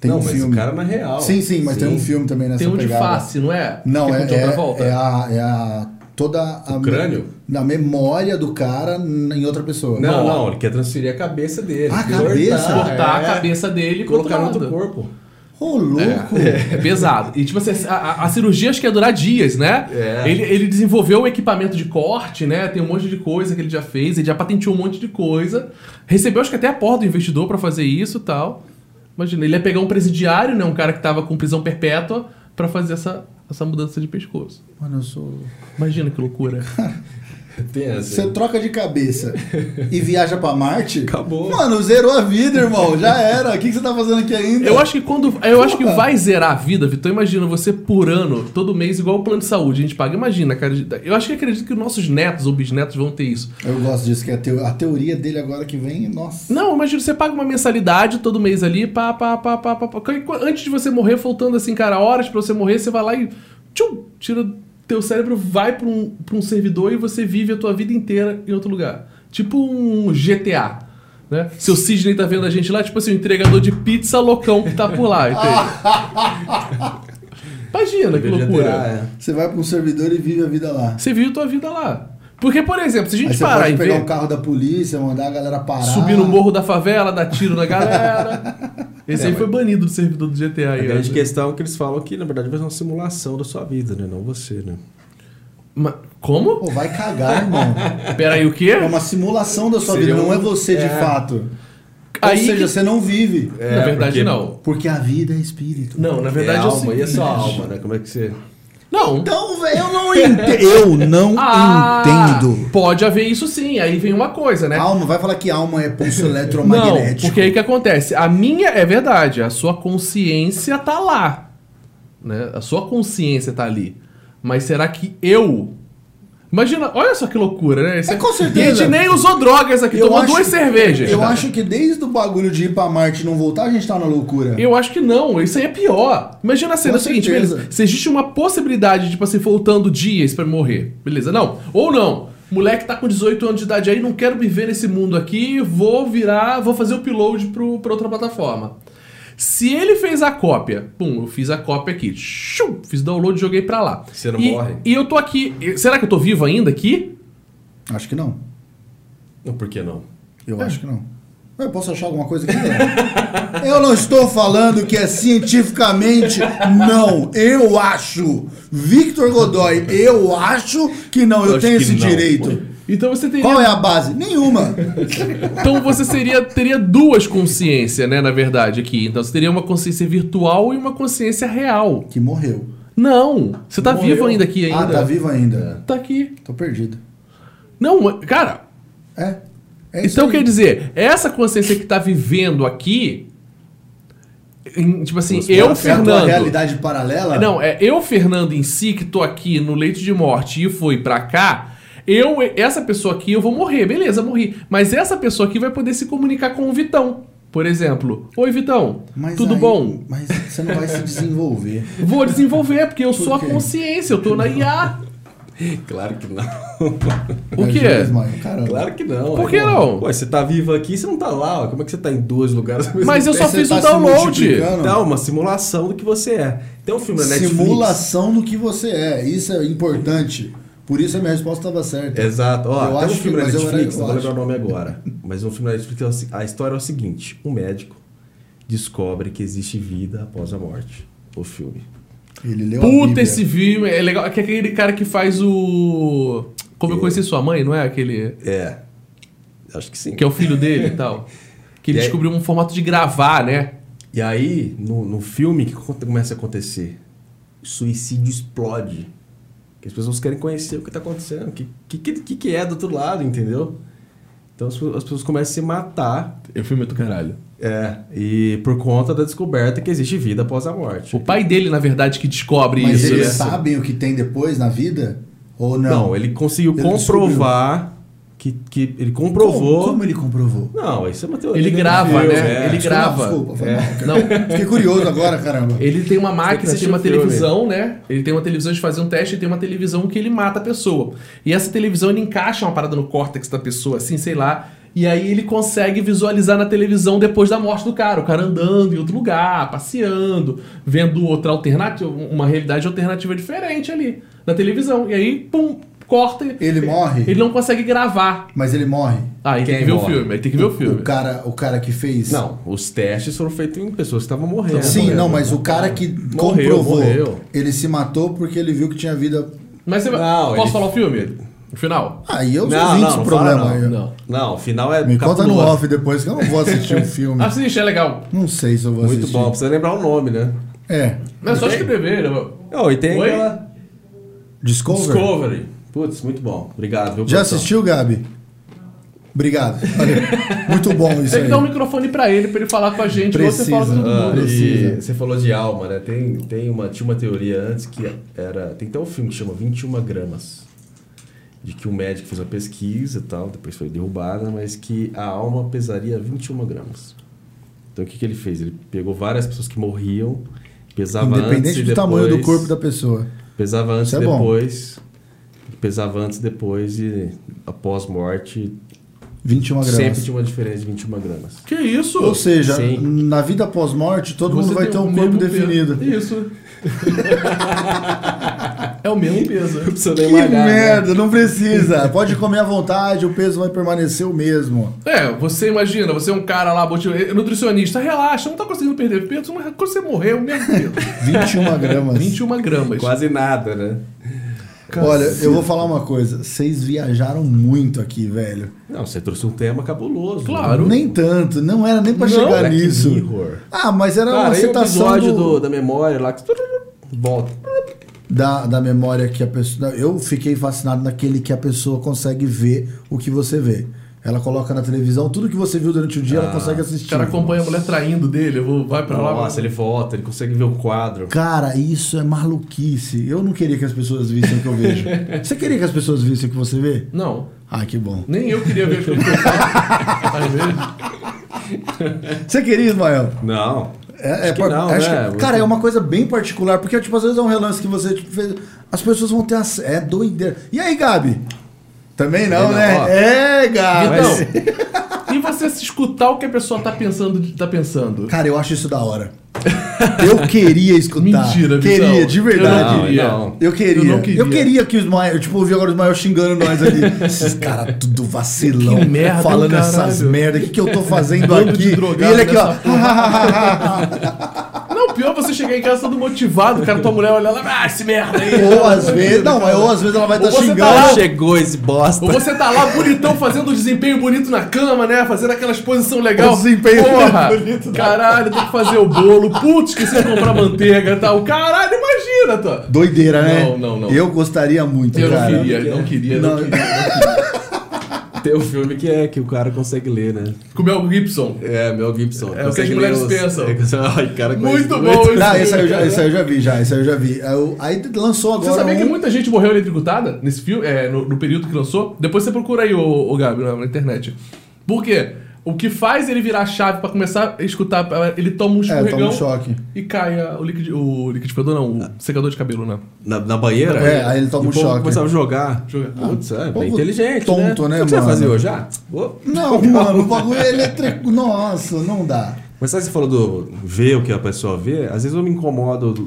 Tem
não,
um
mas
filme.
o cara na real.
Sim, sim, mas tem um
Sim.
filme também nessa
Tem um de
pegada.
face, não é?
Não,
Que
é,
com outra
é,
volta.
é a, é a- toda a
O crânio?
na memória do cara n- em outra pessoa.
Não, não, ele quer transferir a cabeça dele.
Ah,
cortar,
cabeça?
Cortar
é,
a cabeça dele e
Colocar no outro
outro lado.
corpo.
Ô, louco!
É pesado. E, tipo assim, a, a, a cirurgia acho que ia durar dias, né?
É.
Ele, ele desenvolveu um equipamento de corte, né? Tem um monte de coisa que ele já fez, ele já patenteou um monte de coisa. Recebeu, acho que até a porta do investidor pra fazer isso e tal. Imagina, ele ia pegar um presidiário, né? Um cara que tava com prisão perpétua, pra fazer essa, essa mudança de pescoço.
Mano, eu sou.
Imagina que loucura.
Tem essa.
Você tá troca de cabeça e viaja pra Marte?
Acabou.
Mano, zerou a vida, irmão. Já era. O que que você tá fazendo aqui ainda?
Eu acho que quando. Eu acho que vai zerar a vida, Vitor. Imagina você por ano, todo mês, igual o plano de saúde, a gente paga. Imagina, cara. Eu acho que acredito que nossos netos ou bisnetos vão ter isso.
Eu gosto disso, que é a, teo- a teoria dele agora que vem, nossa.
Não, imagina, você paga uma mensalidade todo mês ali, pá, pá, pá, pá, pá, pá. Qu- Antes de você morrer, faltando assim, cara, horas pra você morrer, você vai lá e. Tchum, tira teu cérebro, vai pra um, pra um servidor e você vive a tua vida inteira em outro lugar. Tipo um GTA. Né? Seu Sidney tá vendo a gente lá, tipo assim, o entregador de pizza loucão que tá por lá, entende? Imagina que
Podia
loucura.
ter- ah,
Você vai pra um servidor e vive a vida lá.
Você vive a tua vida lá. Porque, por exemplo, se a gente
Aí você
parar
pode
e
pegar
ver.
um carro da polícia, mandar a galera parar.
Subir no morro da favela, dar tiro na galera. Esse
Ah.
aí
É, mas-
foi banido do servidor do GTA
é. A
aí, né?
grande
ó.
questão é que eles falam que, na verdade, vai ser uma simulação da sua vida, né? Não você, né?
Ma- Como?
Pô, vai cagar, irmão.
Pera aí, o quê?
É uma simulação da sua
Seria
vida, não
um-
é você de
é.
fato.
Aí
Ou seja,
que-
você não vive.
na
assim, É,
verdade,
porque-
não.
Porque a vida é espírito.
Não, na
é
verdade eu
alma, e é só
né?
alma, né? Como é que você.
Não.
Então, velho, eu não entendo. Eu não
Ah,
entendo.
Pode haver isso sim, aí vem uma coisa, né?
Alma, vai falar que alma é pulso
Não,
eletromagnético.
porque aí que acontece? A minha é verdade, a sua consciência tá lá. Né? A sua consciência tá ali. Mas será que eu. Imagina, olha só que loucura, né? Esse-
É, com
E a
certeza.
gente nem usou drogas aqui,
Eu
tomou
acho-
duas cervejas.
Eu acho que desde o bagulho de ir pra Marte e não voltar, a gente tá na loucura.
Eu acho que não, isso aí é pior. Imagina a cena é
Com
seguinte,
certeza.
beleza. Se existe uma possibilidade de, tipo assim, faltando dias pra morrer, beleza? Não. Ou não. Moleque tá com 18 anos de idade aí, não quero me ver nesse mundo aqui, vou virar, vou fazer o upload pro, pra outra plataforma. Se ele fez a cópia, pum, eu fiz a cópia aqui, shum, fiz download e joguei pra lá.
Você não
e,
morre?
E eu tô aqui. e- Será que eu tô vivo ainda aqui?
Acho que não.
Não, por que não?
É.
Eu acho que não. Eu posso achar alguma coisa que não. Eu não estou falando que é cientificamente não. Eu acho. Victor Godoy, eu acho que não. Eu
Acho
tenho
que
esse
não,
direito.
Então você teria.
Qual é a base? Nenhuma.
Então você seria, teria duas consciências, né, na verdade, aqui. Então você teria uma consciência virtual e uma consciência real.
Que morreu.
Não! Você tá
Morreu.
vivo ainda aqui ainda.
Ah, tá vivo ainda.
Tá aqui.
Tô perdido.
Não, cara,
É. É isso
então
aí.
quer dizer, essa consciência que tá vivendo aqui. em- tipo assim,
É a
eu,
tua
Fernando.
realidade paralela?
Não, é eu, Fernando, em si, que tô aqui no leito de morte e fui pra cá. Eu, essa pessoa aqui, eu vou morrer, beleza, morri. Mas essa pessoa aqui vai poder se comunicar com o Vitão, por exemplo. Oi, Vitão,
Mas
tudo
aí-
bom?
Mas você não vai se desenvolver.
Vou desenvolver, porque eu sou a
quê?
consciência, eu tô na IA.
Claro que não.
O
Imagina,
quê?
Ismael, Caramba.
Claro que não.
Por
aí,
que
porra.
não?
Ué, você tá vivo aqui, você não tá lá. ó. Como é que você tá em dois lugares? ao mesmo
Mas eu
tempo?
só
Você
fiz
tá
o
se
download.
multiplicando.
Dá uma simulação do que você é. Tem um filme na Tá Netflix.
Simulação do que você é. Isso é importante. Por isso a minha resposta estava certa.
Exato. Ó,
Eu
tem
acho
um
que-
filme na
mas eu era-
Netflix,
eu
não vou
acho.
lembrar o nome agora. Mas um filme na Netflix, é o se- a história é o seguinte. Um médico descobre que existe vida após a morte. O filme.
Ele leu a
Puta,
Bíblia.
esse filme é legal. Que é aquele cara que faz o. Como eu conheci sua mãe, não é? Aquele.
É. Acho que sim.
Que é o filho dele e tal. Que ele
E aí-
descobriu um formato de gravar, né?
E aí, no, no filme, o que aconte- começa a acontecer? O suicídio explode. Porque as pessoas querem conhecer o que tá acontecendo. O que, que, que, que é do outro lado, entendeu? Então as, pe- as pessoas começam a se matar.
É o filme do caralho.
É. E por conta da descoberta que existe vida após a morte.
O pai dele, na verdade, que descobre
Mas
isso.
eles
né?
sabem o que tem depois na vida? Ou não?
Não, ele conseguiu
Ele
comprovar que, que ele
Como-
comprovou.
Como, ele comprovou?
Não, isso é uma teoria.
Ele
né?
grava,
Deus,
né?
é.
Ele grava. É.
Desculpa, foi mal, cara.
Não,
Fiquei curioso agora, caramba.
Ele tem uma máquina, tem
assistir
uma
o filme.
televisão, né? Ele tem uma televisão de fazer um teste e tem uma televisão que ele mata a pessoa. E essa televisão ele encaixa uma parada no córtex da pessoa, assim, sei lá. E aí ele consegue visualizar na televisão depois da morte do cara, o cara andando em outro lugar, passeando, vendo outra alternativa, uma realidade alternativa diferente ali na televisão. E aí, pum, corta. e-
Ele morre?
Ele não consegue gravar.
Mas ele morre.
Ah, aí tem
Quem
que ver
morre?
o filme, aí tem que ver o filme.
O cara, o cara que fez.
Não, os testes foram feitos em pessoas que estavam morrendo.
Sim,
Morrendo.
não, mas o cara que
Então, né? Morreu,
comprovou,
morreu.
ele se matou porque ele viu que tinha vida.
Mas você vai.
Não,
Posso
ele-
falar o filme? O final?
Aí eu
Não,
vi
não,
esse
não
problema
fala,
aí.
não,
ó.
Não.
Não, o final é.
Me conta no
cabuloso.
off depois que eu não vou assistir o filme.
Assiste, é legal.
Não sei se eu vou
Muito
assistir.
bom, precisa lembrar o nome, né?
É.
Não é só escrever, né?
Oh, e tem
Oi?
aquela.
Discovery?
Discovery. Putz, muito bom. Obrigado, viu?
Já
produção?
assistiu, Gabi? Obrigado. Valeu. Muito bom isso
Tem
aí.
que dar um microfone pra ele, pra ele falar com a gente. ou Você fala com todo
Ah,
mundo.
Precisa.
e você falou de alma, né? Tem, tem uma, tinha uma teoria antes que era. Tem até um filme que chama 21 gramas. De que um médico fez uma pesquisa e tal, depois foi derrubada, mas que a alma pesaria 21 gramas. Então o que, que ele fez? Ele pegou várias pessoas que morriam, pesava antes
Independente
e
do
depois,
tamanho do corpo da pessoa.
Pesava antes
Isso
e
é bom.
depois. Pesava antes e depois e após morte
21 gramas.
sempre tinha uma diferença de 21 gramas.
Que isso?
Ou seja,
Sim.
na vida pós-morte, todo mundo vai ter
tem o
um corpo
mesmo
definido.
Peso. Isso. é o mesmo peso.
Não precisa nem
Que
malhar, né?
merda, não precisa. Pode comer à vontade, o peso vai permanecer o mesmo.
É, você imagina, você é um cara lá, motiva- é nutricionista, relaxa, não tá conseguindo perder peso, mas quando você morrer, é o mesmo peso.
21 gramas.
21 gramas.
Quase nada, né?
Olha, eu vou falar uma coisa. Vocês viajaram muito aqui, velho.
Não, você trouxe um tema cabuloso.
Claro.
Nem tanto, não era nem pra
Não,
chegar
Black
nisso.
Mirror.
Ah, mas era
Cara,
uma
aí o
citação
episódio
do-
do- da memória lá que volta.
da, da memória que a pessoa. Eu fiquei fascinado naquele que a pessoa consegue ver o que você vê. Ela coloca na televisão tudo que você viu durante o dia, ela consegue assistir.
O cara acompanha a mulher traindo dele, eu vou, vai pra lá.
Nossa, ele volta, ele consegue ver o quadro.
Cara, isso é maluquice. Eu não queria que as pessoas vissem o que eu vejo. Você queria que as pessoas vissem o que você vê?
Não,
Ah, que bom.
nem eu queria ver as coisas que eu faço. Às vezes.
Você queria, Ismael?
Não.
É, é
Acho que
par-
não,
acho
né?
que-
Você-
cara, é uma coisa bem particular, porque tipo, às vezes é um relance que você tipo, fez. As pessoas vão ter acesso. É doideira. E aí, Gabi? Também não,
não,
né?
ó.
É, Gabi.
Mas-
Então, e você se escutar o que a pessoa tá pensando? Tá pensando?
Cara, eu acho isso da hora. Eu queria escutar.
Mentira, Vitão.
Queria, de verdade.
Eu
Não,
não queria.
não.
Eu queria.
Eu não queria.
que o Ismael. Tipo, ouvi agora o Ismael xingando nós ali. Esses caras tudo vacilão.
Que merda,
Falando
caralho.
essas merda. O que, que eu tô fazendo
Bando de
aqui? E
drogado
ele aqui, ó.
nessa Não, pior você chegar em casa todo motivado, cara, tua mulher olhando, ah, esse merda aí.
ou às vezes. Não, mas ou às vezes ela vai
Ou
estar
você tá
xingando.
lá,
Chegou esse bosta.
Ou você tá lá bonitão fazendo um desempenho bonito na cama, né? Fazendo aquela exposição legal.
Um desempenho
Porra,
bonito na
Caralho, tem que fazer o bolo. Putz, esqueci de comprar manteiga e tal. Caralho, imagina, tá?
Doideira, né?
Não, não, não.
Eu gostaria muito,
Eu não
cara.
queria, não queria, não
Não.
queria.
Tem um filme que é que o cara consegue ler, né?
Com o Mel Gibson.
É, Mel Gibson.
É, o que as mulheres pensam.
Ai, cara,
Muito
conhece
bom esse
Não, esse aí, eu já, esse aí eu já vi, já. Esse aí eu já vi. Aí eu- Aí lançou agora.
Você sabia que
um-
muita gente morreu eletricutada nesse filme, é, no, no período que lançou? Depois você procura aí, o, Gabi, na, na internet. Por quê? O que faz ele virar a chave pra começar a escutar, pra- ele toma um
É,
escorregão
toma um choque.
e cai a- o, liquidi, o liquidificador, não, o secador de cabelo, né? não.
Na, na banheira?
É, aí ele toma
E
um
o povo
choque.
começava a jogar.
Jogar.
Putz, é,
povo
bem inteligente,
tonto,
né?
né,
O que você vai
mano?
fazer hoje? Ah, vou-
Não, mano, o bagulho é elétrico. Nossa, não dá.
Mas sabe, você falou do ver o que a pessoa vê? Às vezes eu me incomodo do,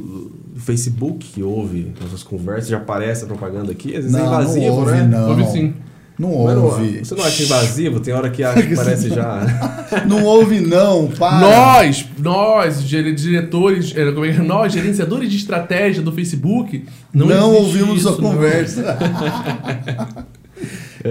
do Facebook que ouve nossas conversas, já aparece a propaganda aqui, às vezes é
Não,
invasivo,
não ouve,
né?
não.
Ouve sim.
Não
Mas não-
ouve.
você não acha invasivo? Tem hora que acha que parece já.
Não ouve, não, para.
Nós, nós, gere- diretores, é, como é que é? nós, gerenciadores de estratégia do Facebook, não,
não
existe
ouvimos
isso,
sua
não. É,
conversa.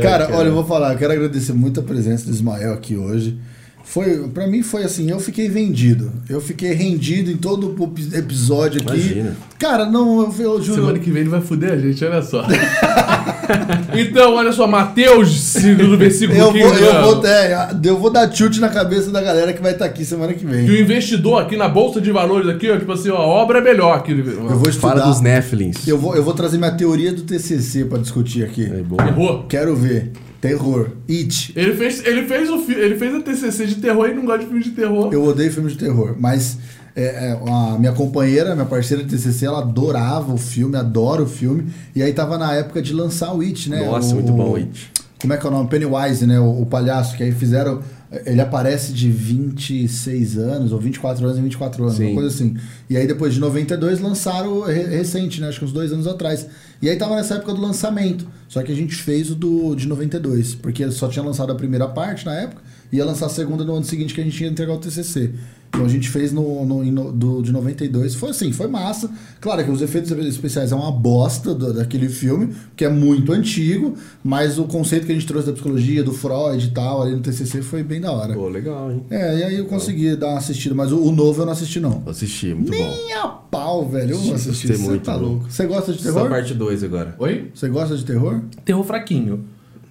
cara, olha, eu vou falar, eu quero agradecer muito a presença do Ismael aqui hoje. Foi, pra mim foi assim, eu fiquei vendido. Eu fiquei rendido em todo o epi- episódio aqui.
Imagina.
Cara, não, eu, eu juro.
Semana que vem ele vai fuder a gente, olha só. então, olha só, Mateus, do versículo
eu,
15.
vou, eu,
né?
vou, é, eu vou dar chute na cabeça da galera que vai estar aqui semana que vem.
Que o investidor aqui na Bolsa de Valores, aqui, ó, tipo assim, ó, a obra é melhor. Aqui.
Eu vou estudar.
Fala dos Neflins.
eu, vou, eu vou trazer minha teoria do TCC pra discutir aqui.
É boa.
Errou.
Quero ver. Terror. It.
Ele fez, ele, fez o fi- ele fez a TCC de terror e não gosta de filme de terror.
Eu odeio filmes de terror, mas é, é, a minha companheira, minha parceira de TCC, ela adorava o filme, adora o filme. E aí tava na época de lançar o It, né?
Nossa,
O-
muito bom, It.
Como é que é o nome? Pennywise, né? O, o palhaço, que aí fizeram. Ele aparece de 26 anos, ou 24 anos em 24 anos, uma
Sim.
coisa assim. E aí depois de 92 lançaram re- recente, né? Acho que uns dois anos atrás. E aí tava nessa época do lançamento. Só que a gente fez o do de 92, porque só tinha lançado a primeira parte na época, e ia lançar a segunda no ano seguinte que a gente ia entregar o TCC. Então a gente fez no, no- em no- do, de 92. Foi assim, foi massa. Claro que os efeitos especiais é uma bosta do- daquele filme, que é muito antigo, mas o conceito que a gente trouxe da psicologia, do Freud e tal, ali no TCC foi bem da hora.
Pô, legal, hein?
É, e aí eu consegui dar uma assistida, mas o, o novo eu não assisti, não.
Assisti, muito bom.
Nem a pau, velho. Eu vou
Gostei
assistir. Você
muito,
tá
mano.
louco. Você gosta de
Essa é a
terror?
parte 2 agora.
Oi?
Você gosta de terror?
Terror fraquinho.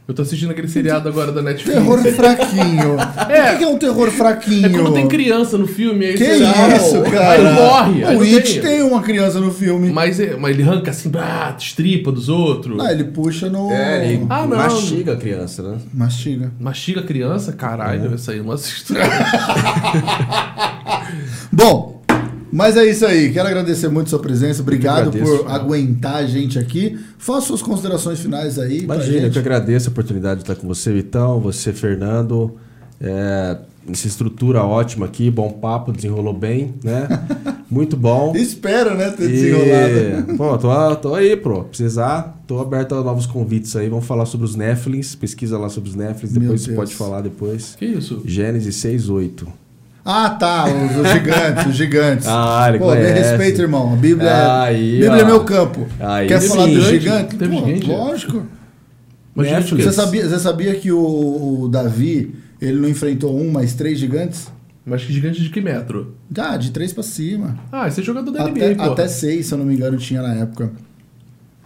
Eu tô assistindo aquele seriado agora da Netflix.
Terror fraquinho. O que que é um terror fraquinho?
É quando tem criança no filme, aí
Que
você-
isso, cara?
Aí morre. aí
O
não
It tem uma criança no filme.
Mas, é- mas ele arranca assim, brá, estripa dos outros.
Ah, ele puxa no.
É, ele
Ah, não.
mastiga a criança, né?
Mastiga.
Mastiga criança?
Uhum.
Caralho, isso aí é eu não assisto.
Bom, mas é isso aí. Quero agradecer muito sua presença. Obrigado
Eu que agradeço,
por
cara.
aguentar a gente aqui. Faça suas considerações finais aí. pra
Imagina, eu
gente.
que agradeço a oportunidade de estar com você, Vitão, você, Fernando. É, essa estrutura ótima aqui, bom papo, desenrolou bem, né? Muito bom.
Espero, né, ter desenrolado.
E, pô, tô, tô aí, pro. Precisar, tô aberto a novos convites aí. Vamos falar sobre os Netflix, pesquisa lá sobre os Netflix,
Meu
depois você
Deus.
pode falar depois.
Que isso?
Gênesis 6.8.
Ah, tá. Os, os gigantes, os gigantes.
Ah, ele
Pô, me
conhece.
respeita, irmão. A Bíblia, é-
Aí,
Bíblia é
ó.
meu campo.
Aí
Quer
sim.
falar dos
Gigante?
gigantes?
Teve
Pô,
gigante?
lógico.
Mas
Netflix.
Você sabia, você sabia que o, o Davi, ele não enfrentou um, mas três gigantes?
Mas que gigante de que metro?
Ah, de três pra cima.
Ah, esse é jogador da
Até,
NBA, pô.
até seis, se eu não me engano, tinha na época.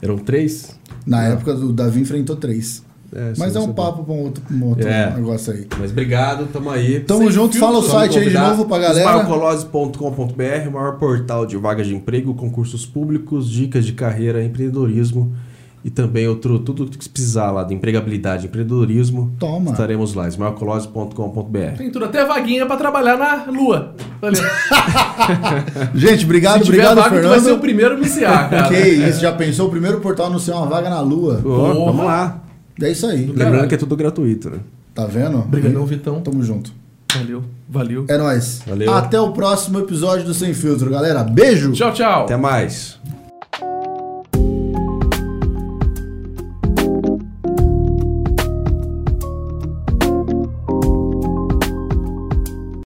Eram três?
Na época, o Davi enfrentou três.
É,
Mas
sim,
é um
você-
papo pra um outro, um outro
É.
negócio aí.
Mas obrigado, tamo aí.
Tamo junto, fala o site aí de novo pra galera.
Esparcolose.com.br, o maior portal de vagas de emprego, concursos públicos, dicas de carreira, empreendedorismo e também outro, tudo que precisar lá de empregabilidade, empreendedorismo.
Toma.
Estaremos lá, esmarcolose.com.br.
Tem tudo, até vaguinha pra trabalhar na lua. Valeu.
Gente, obrigado,
Se tiver
obrigado,
vaga, tu vai ser o
Fernando.
primeiro a anunciar, cara.
Que isso, já pensou? O primeiro portal anunciar uma vaga na Lua.
Ó,
Porra.
Vamos lá.
É isso aí.
Lembrando que é tudo gratuito, né?
Tá vendo?
Obrigadão, Vitão.
Tamo junto.
Valeu, valeu.
É nóis.
Valeu.
Até o próximo episódio do Sem Filtro, galera. Beijo.
Tchau, tchau.
Até mais.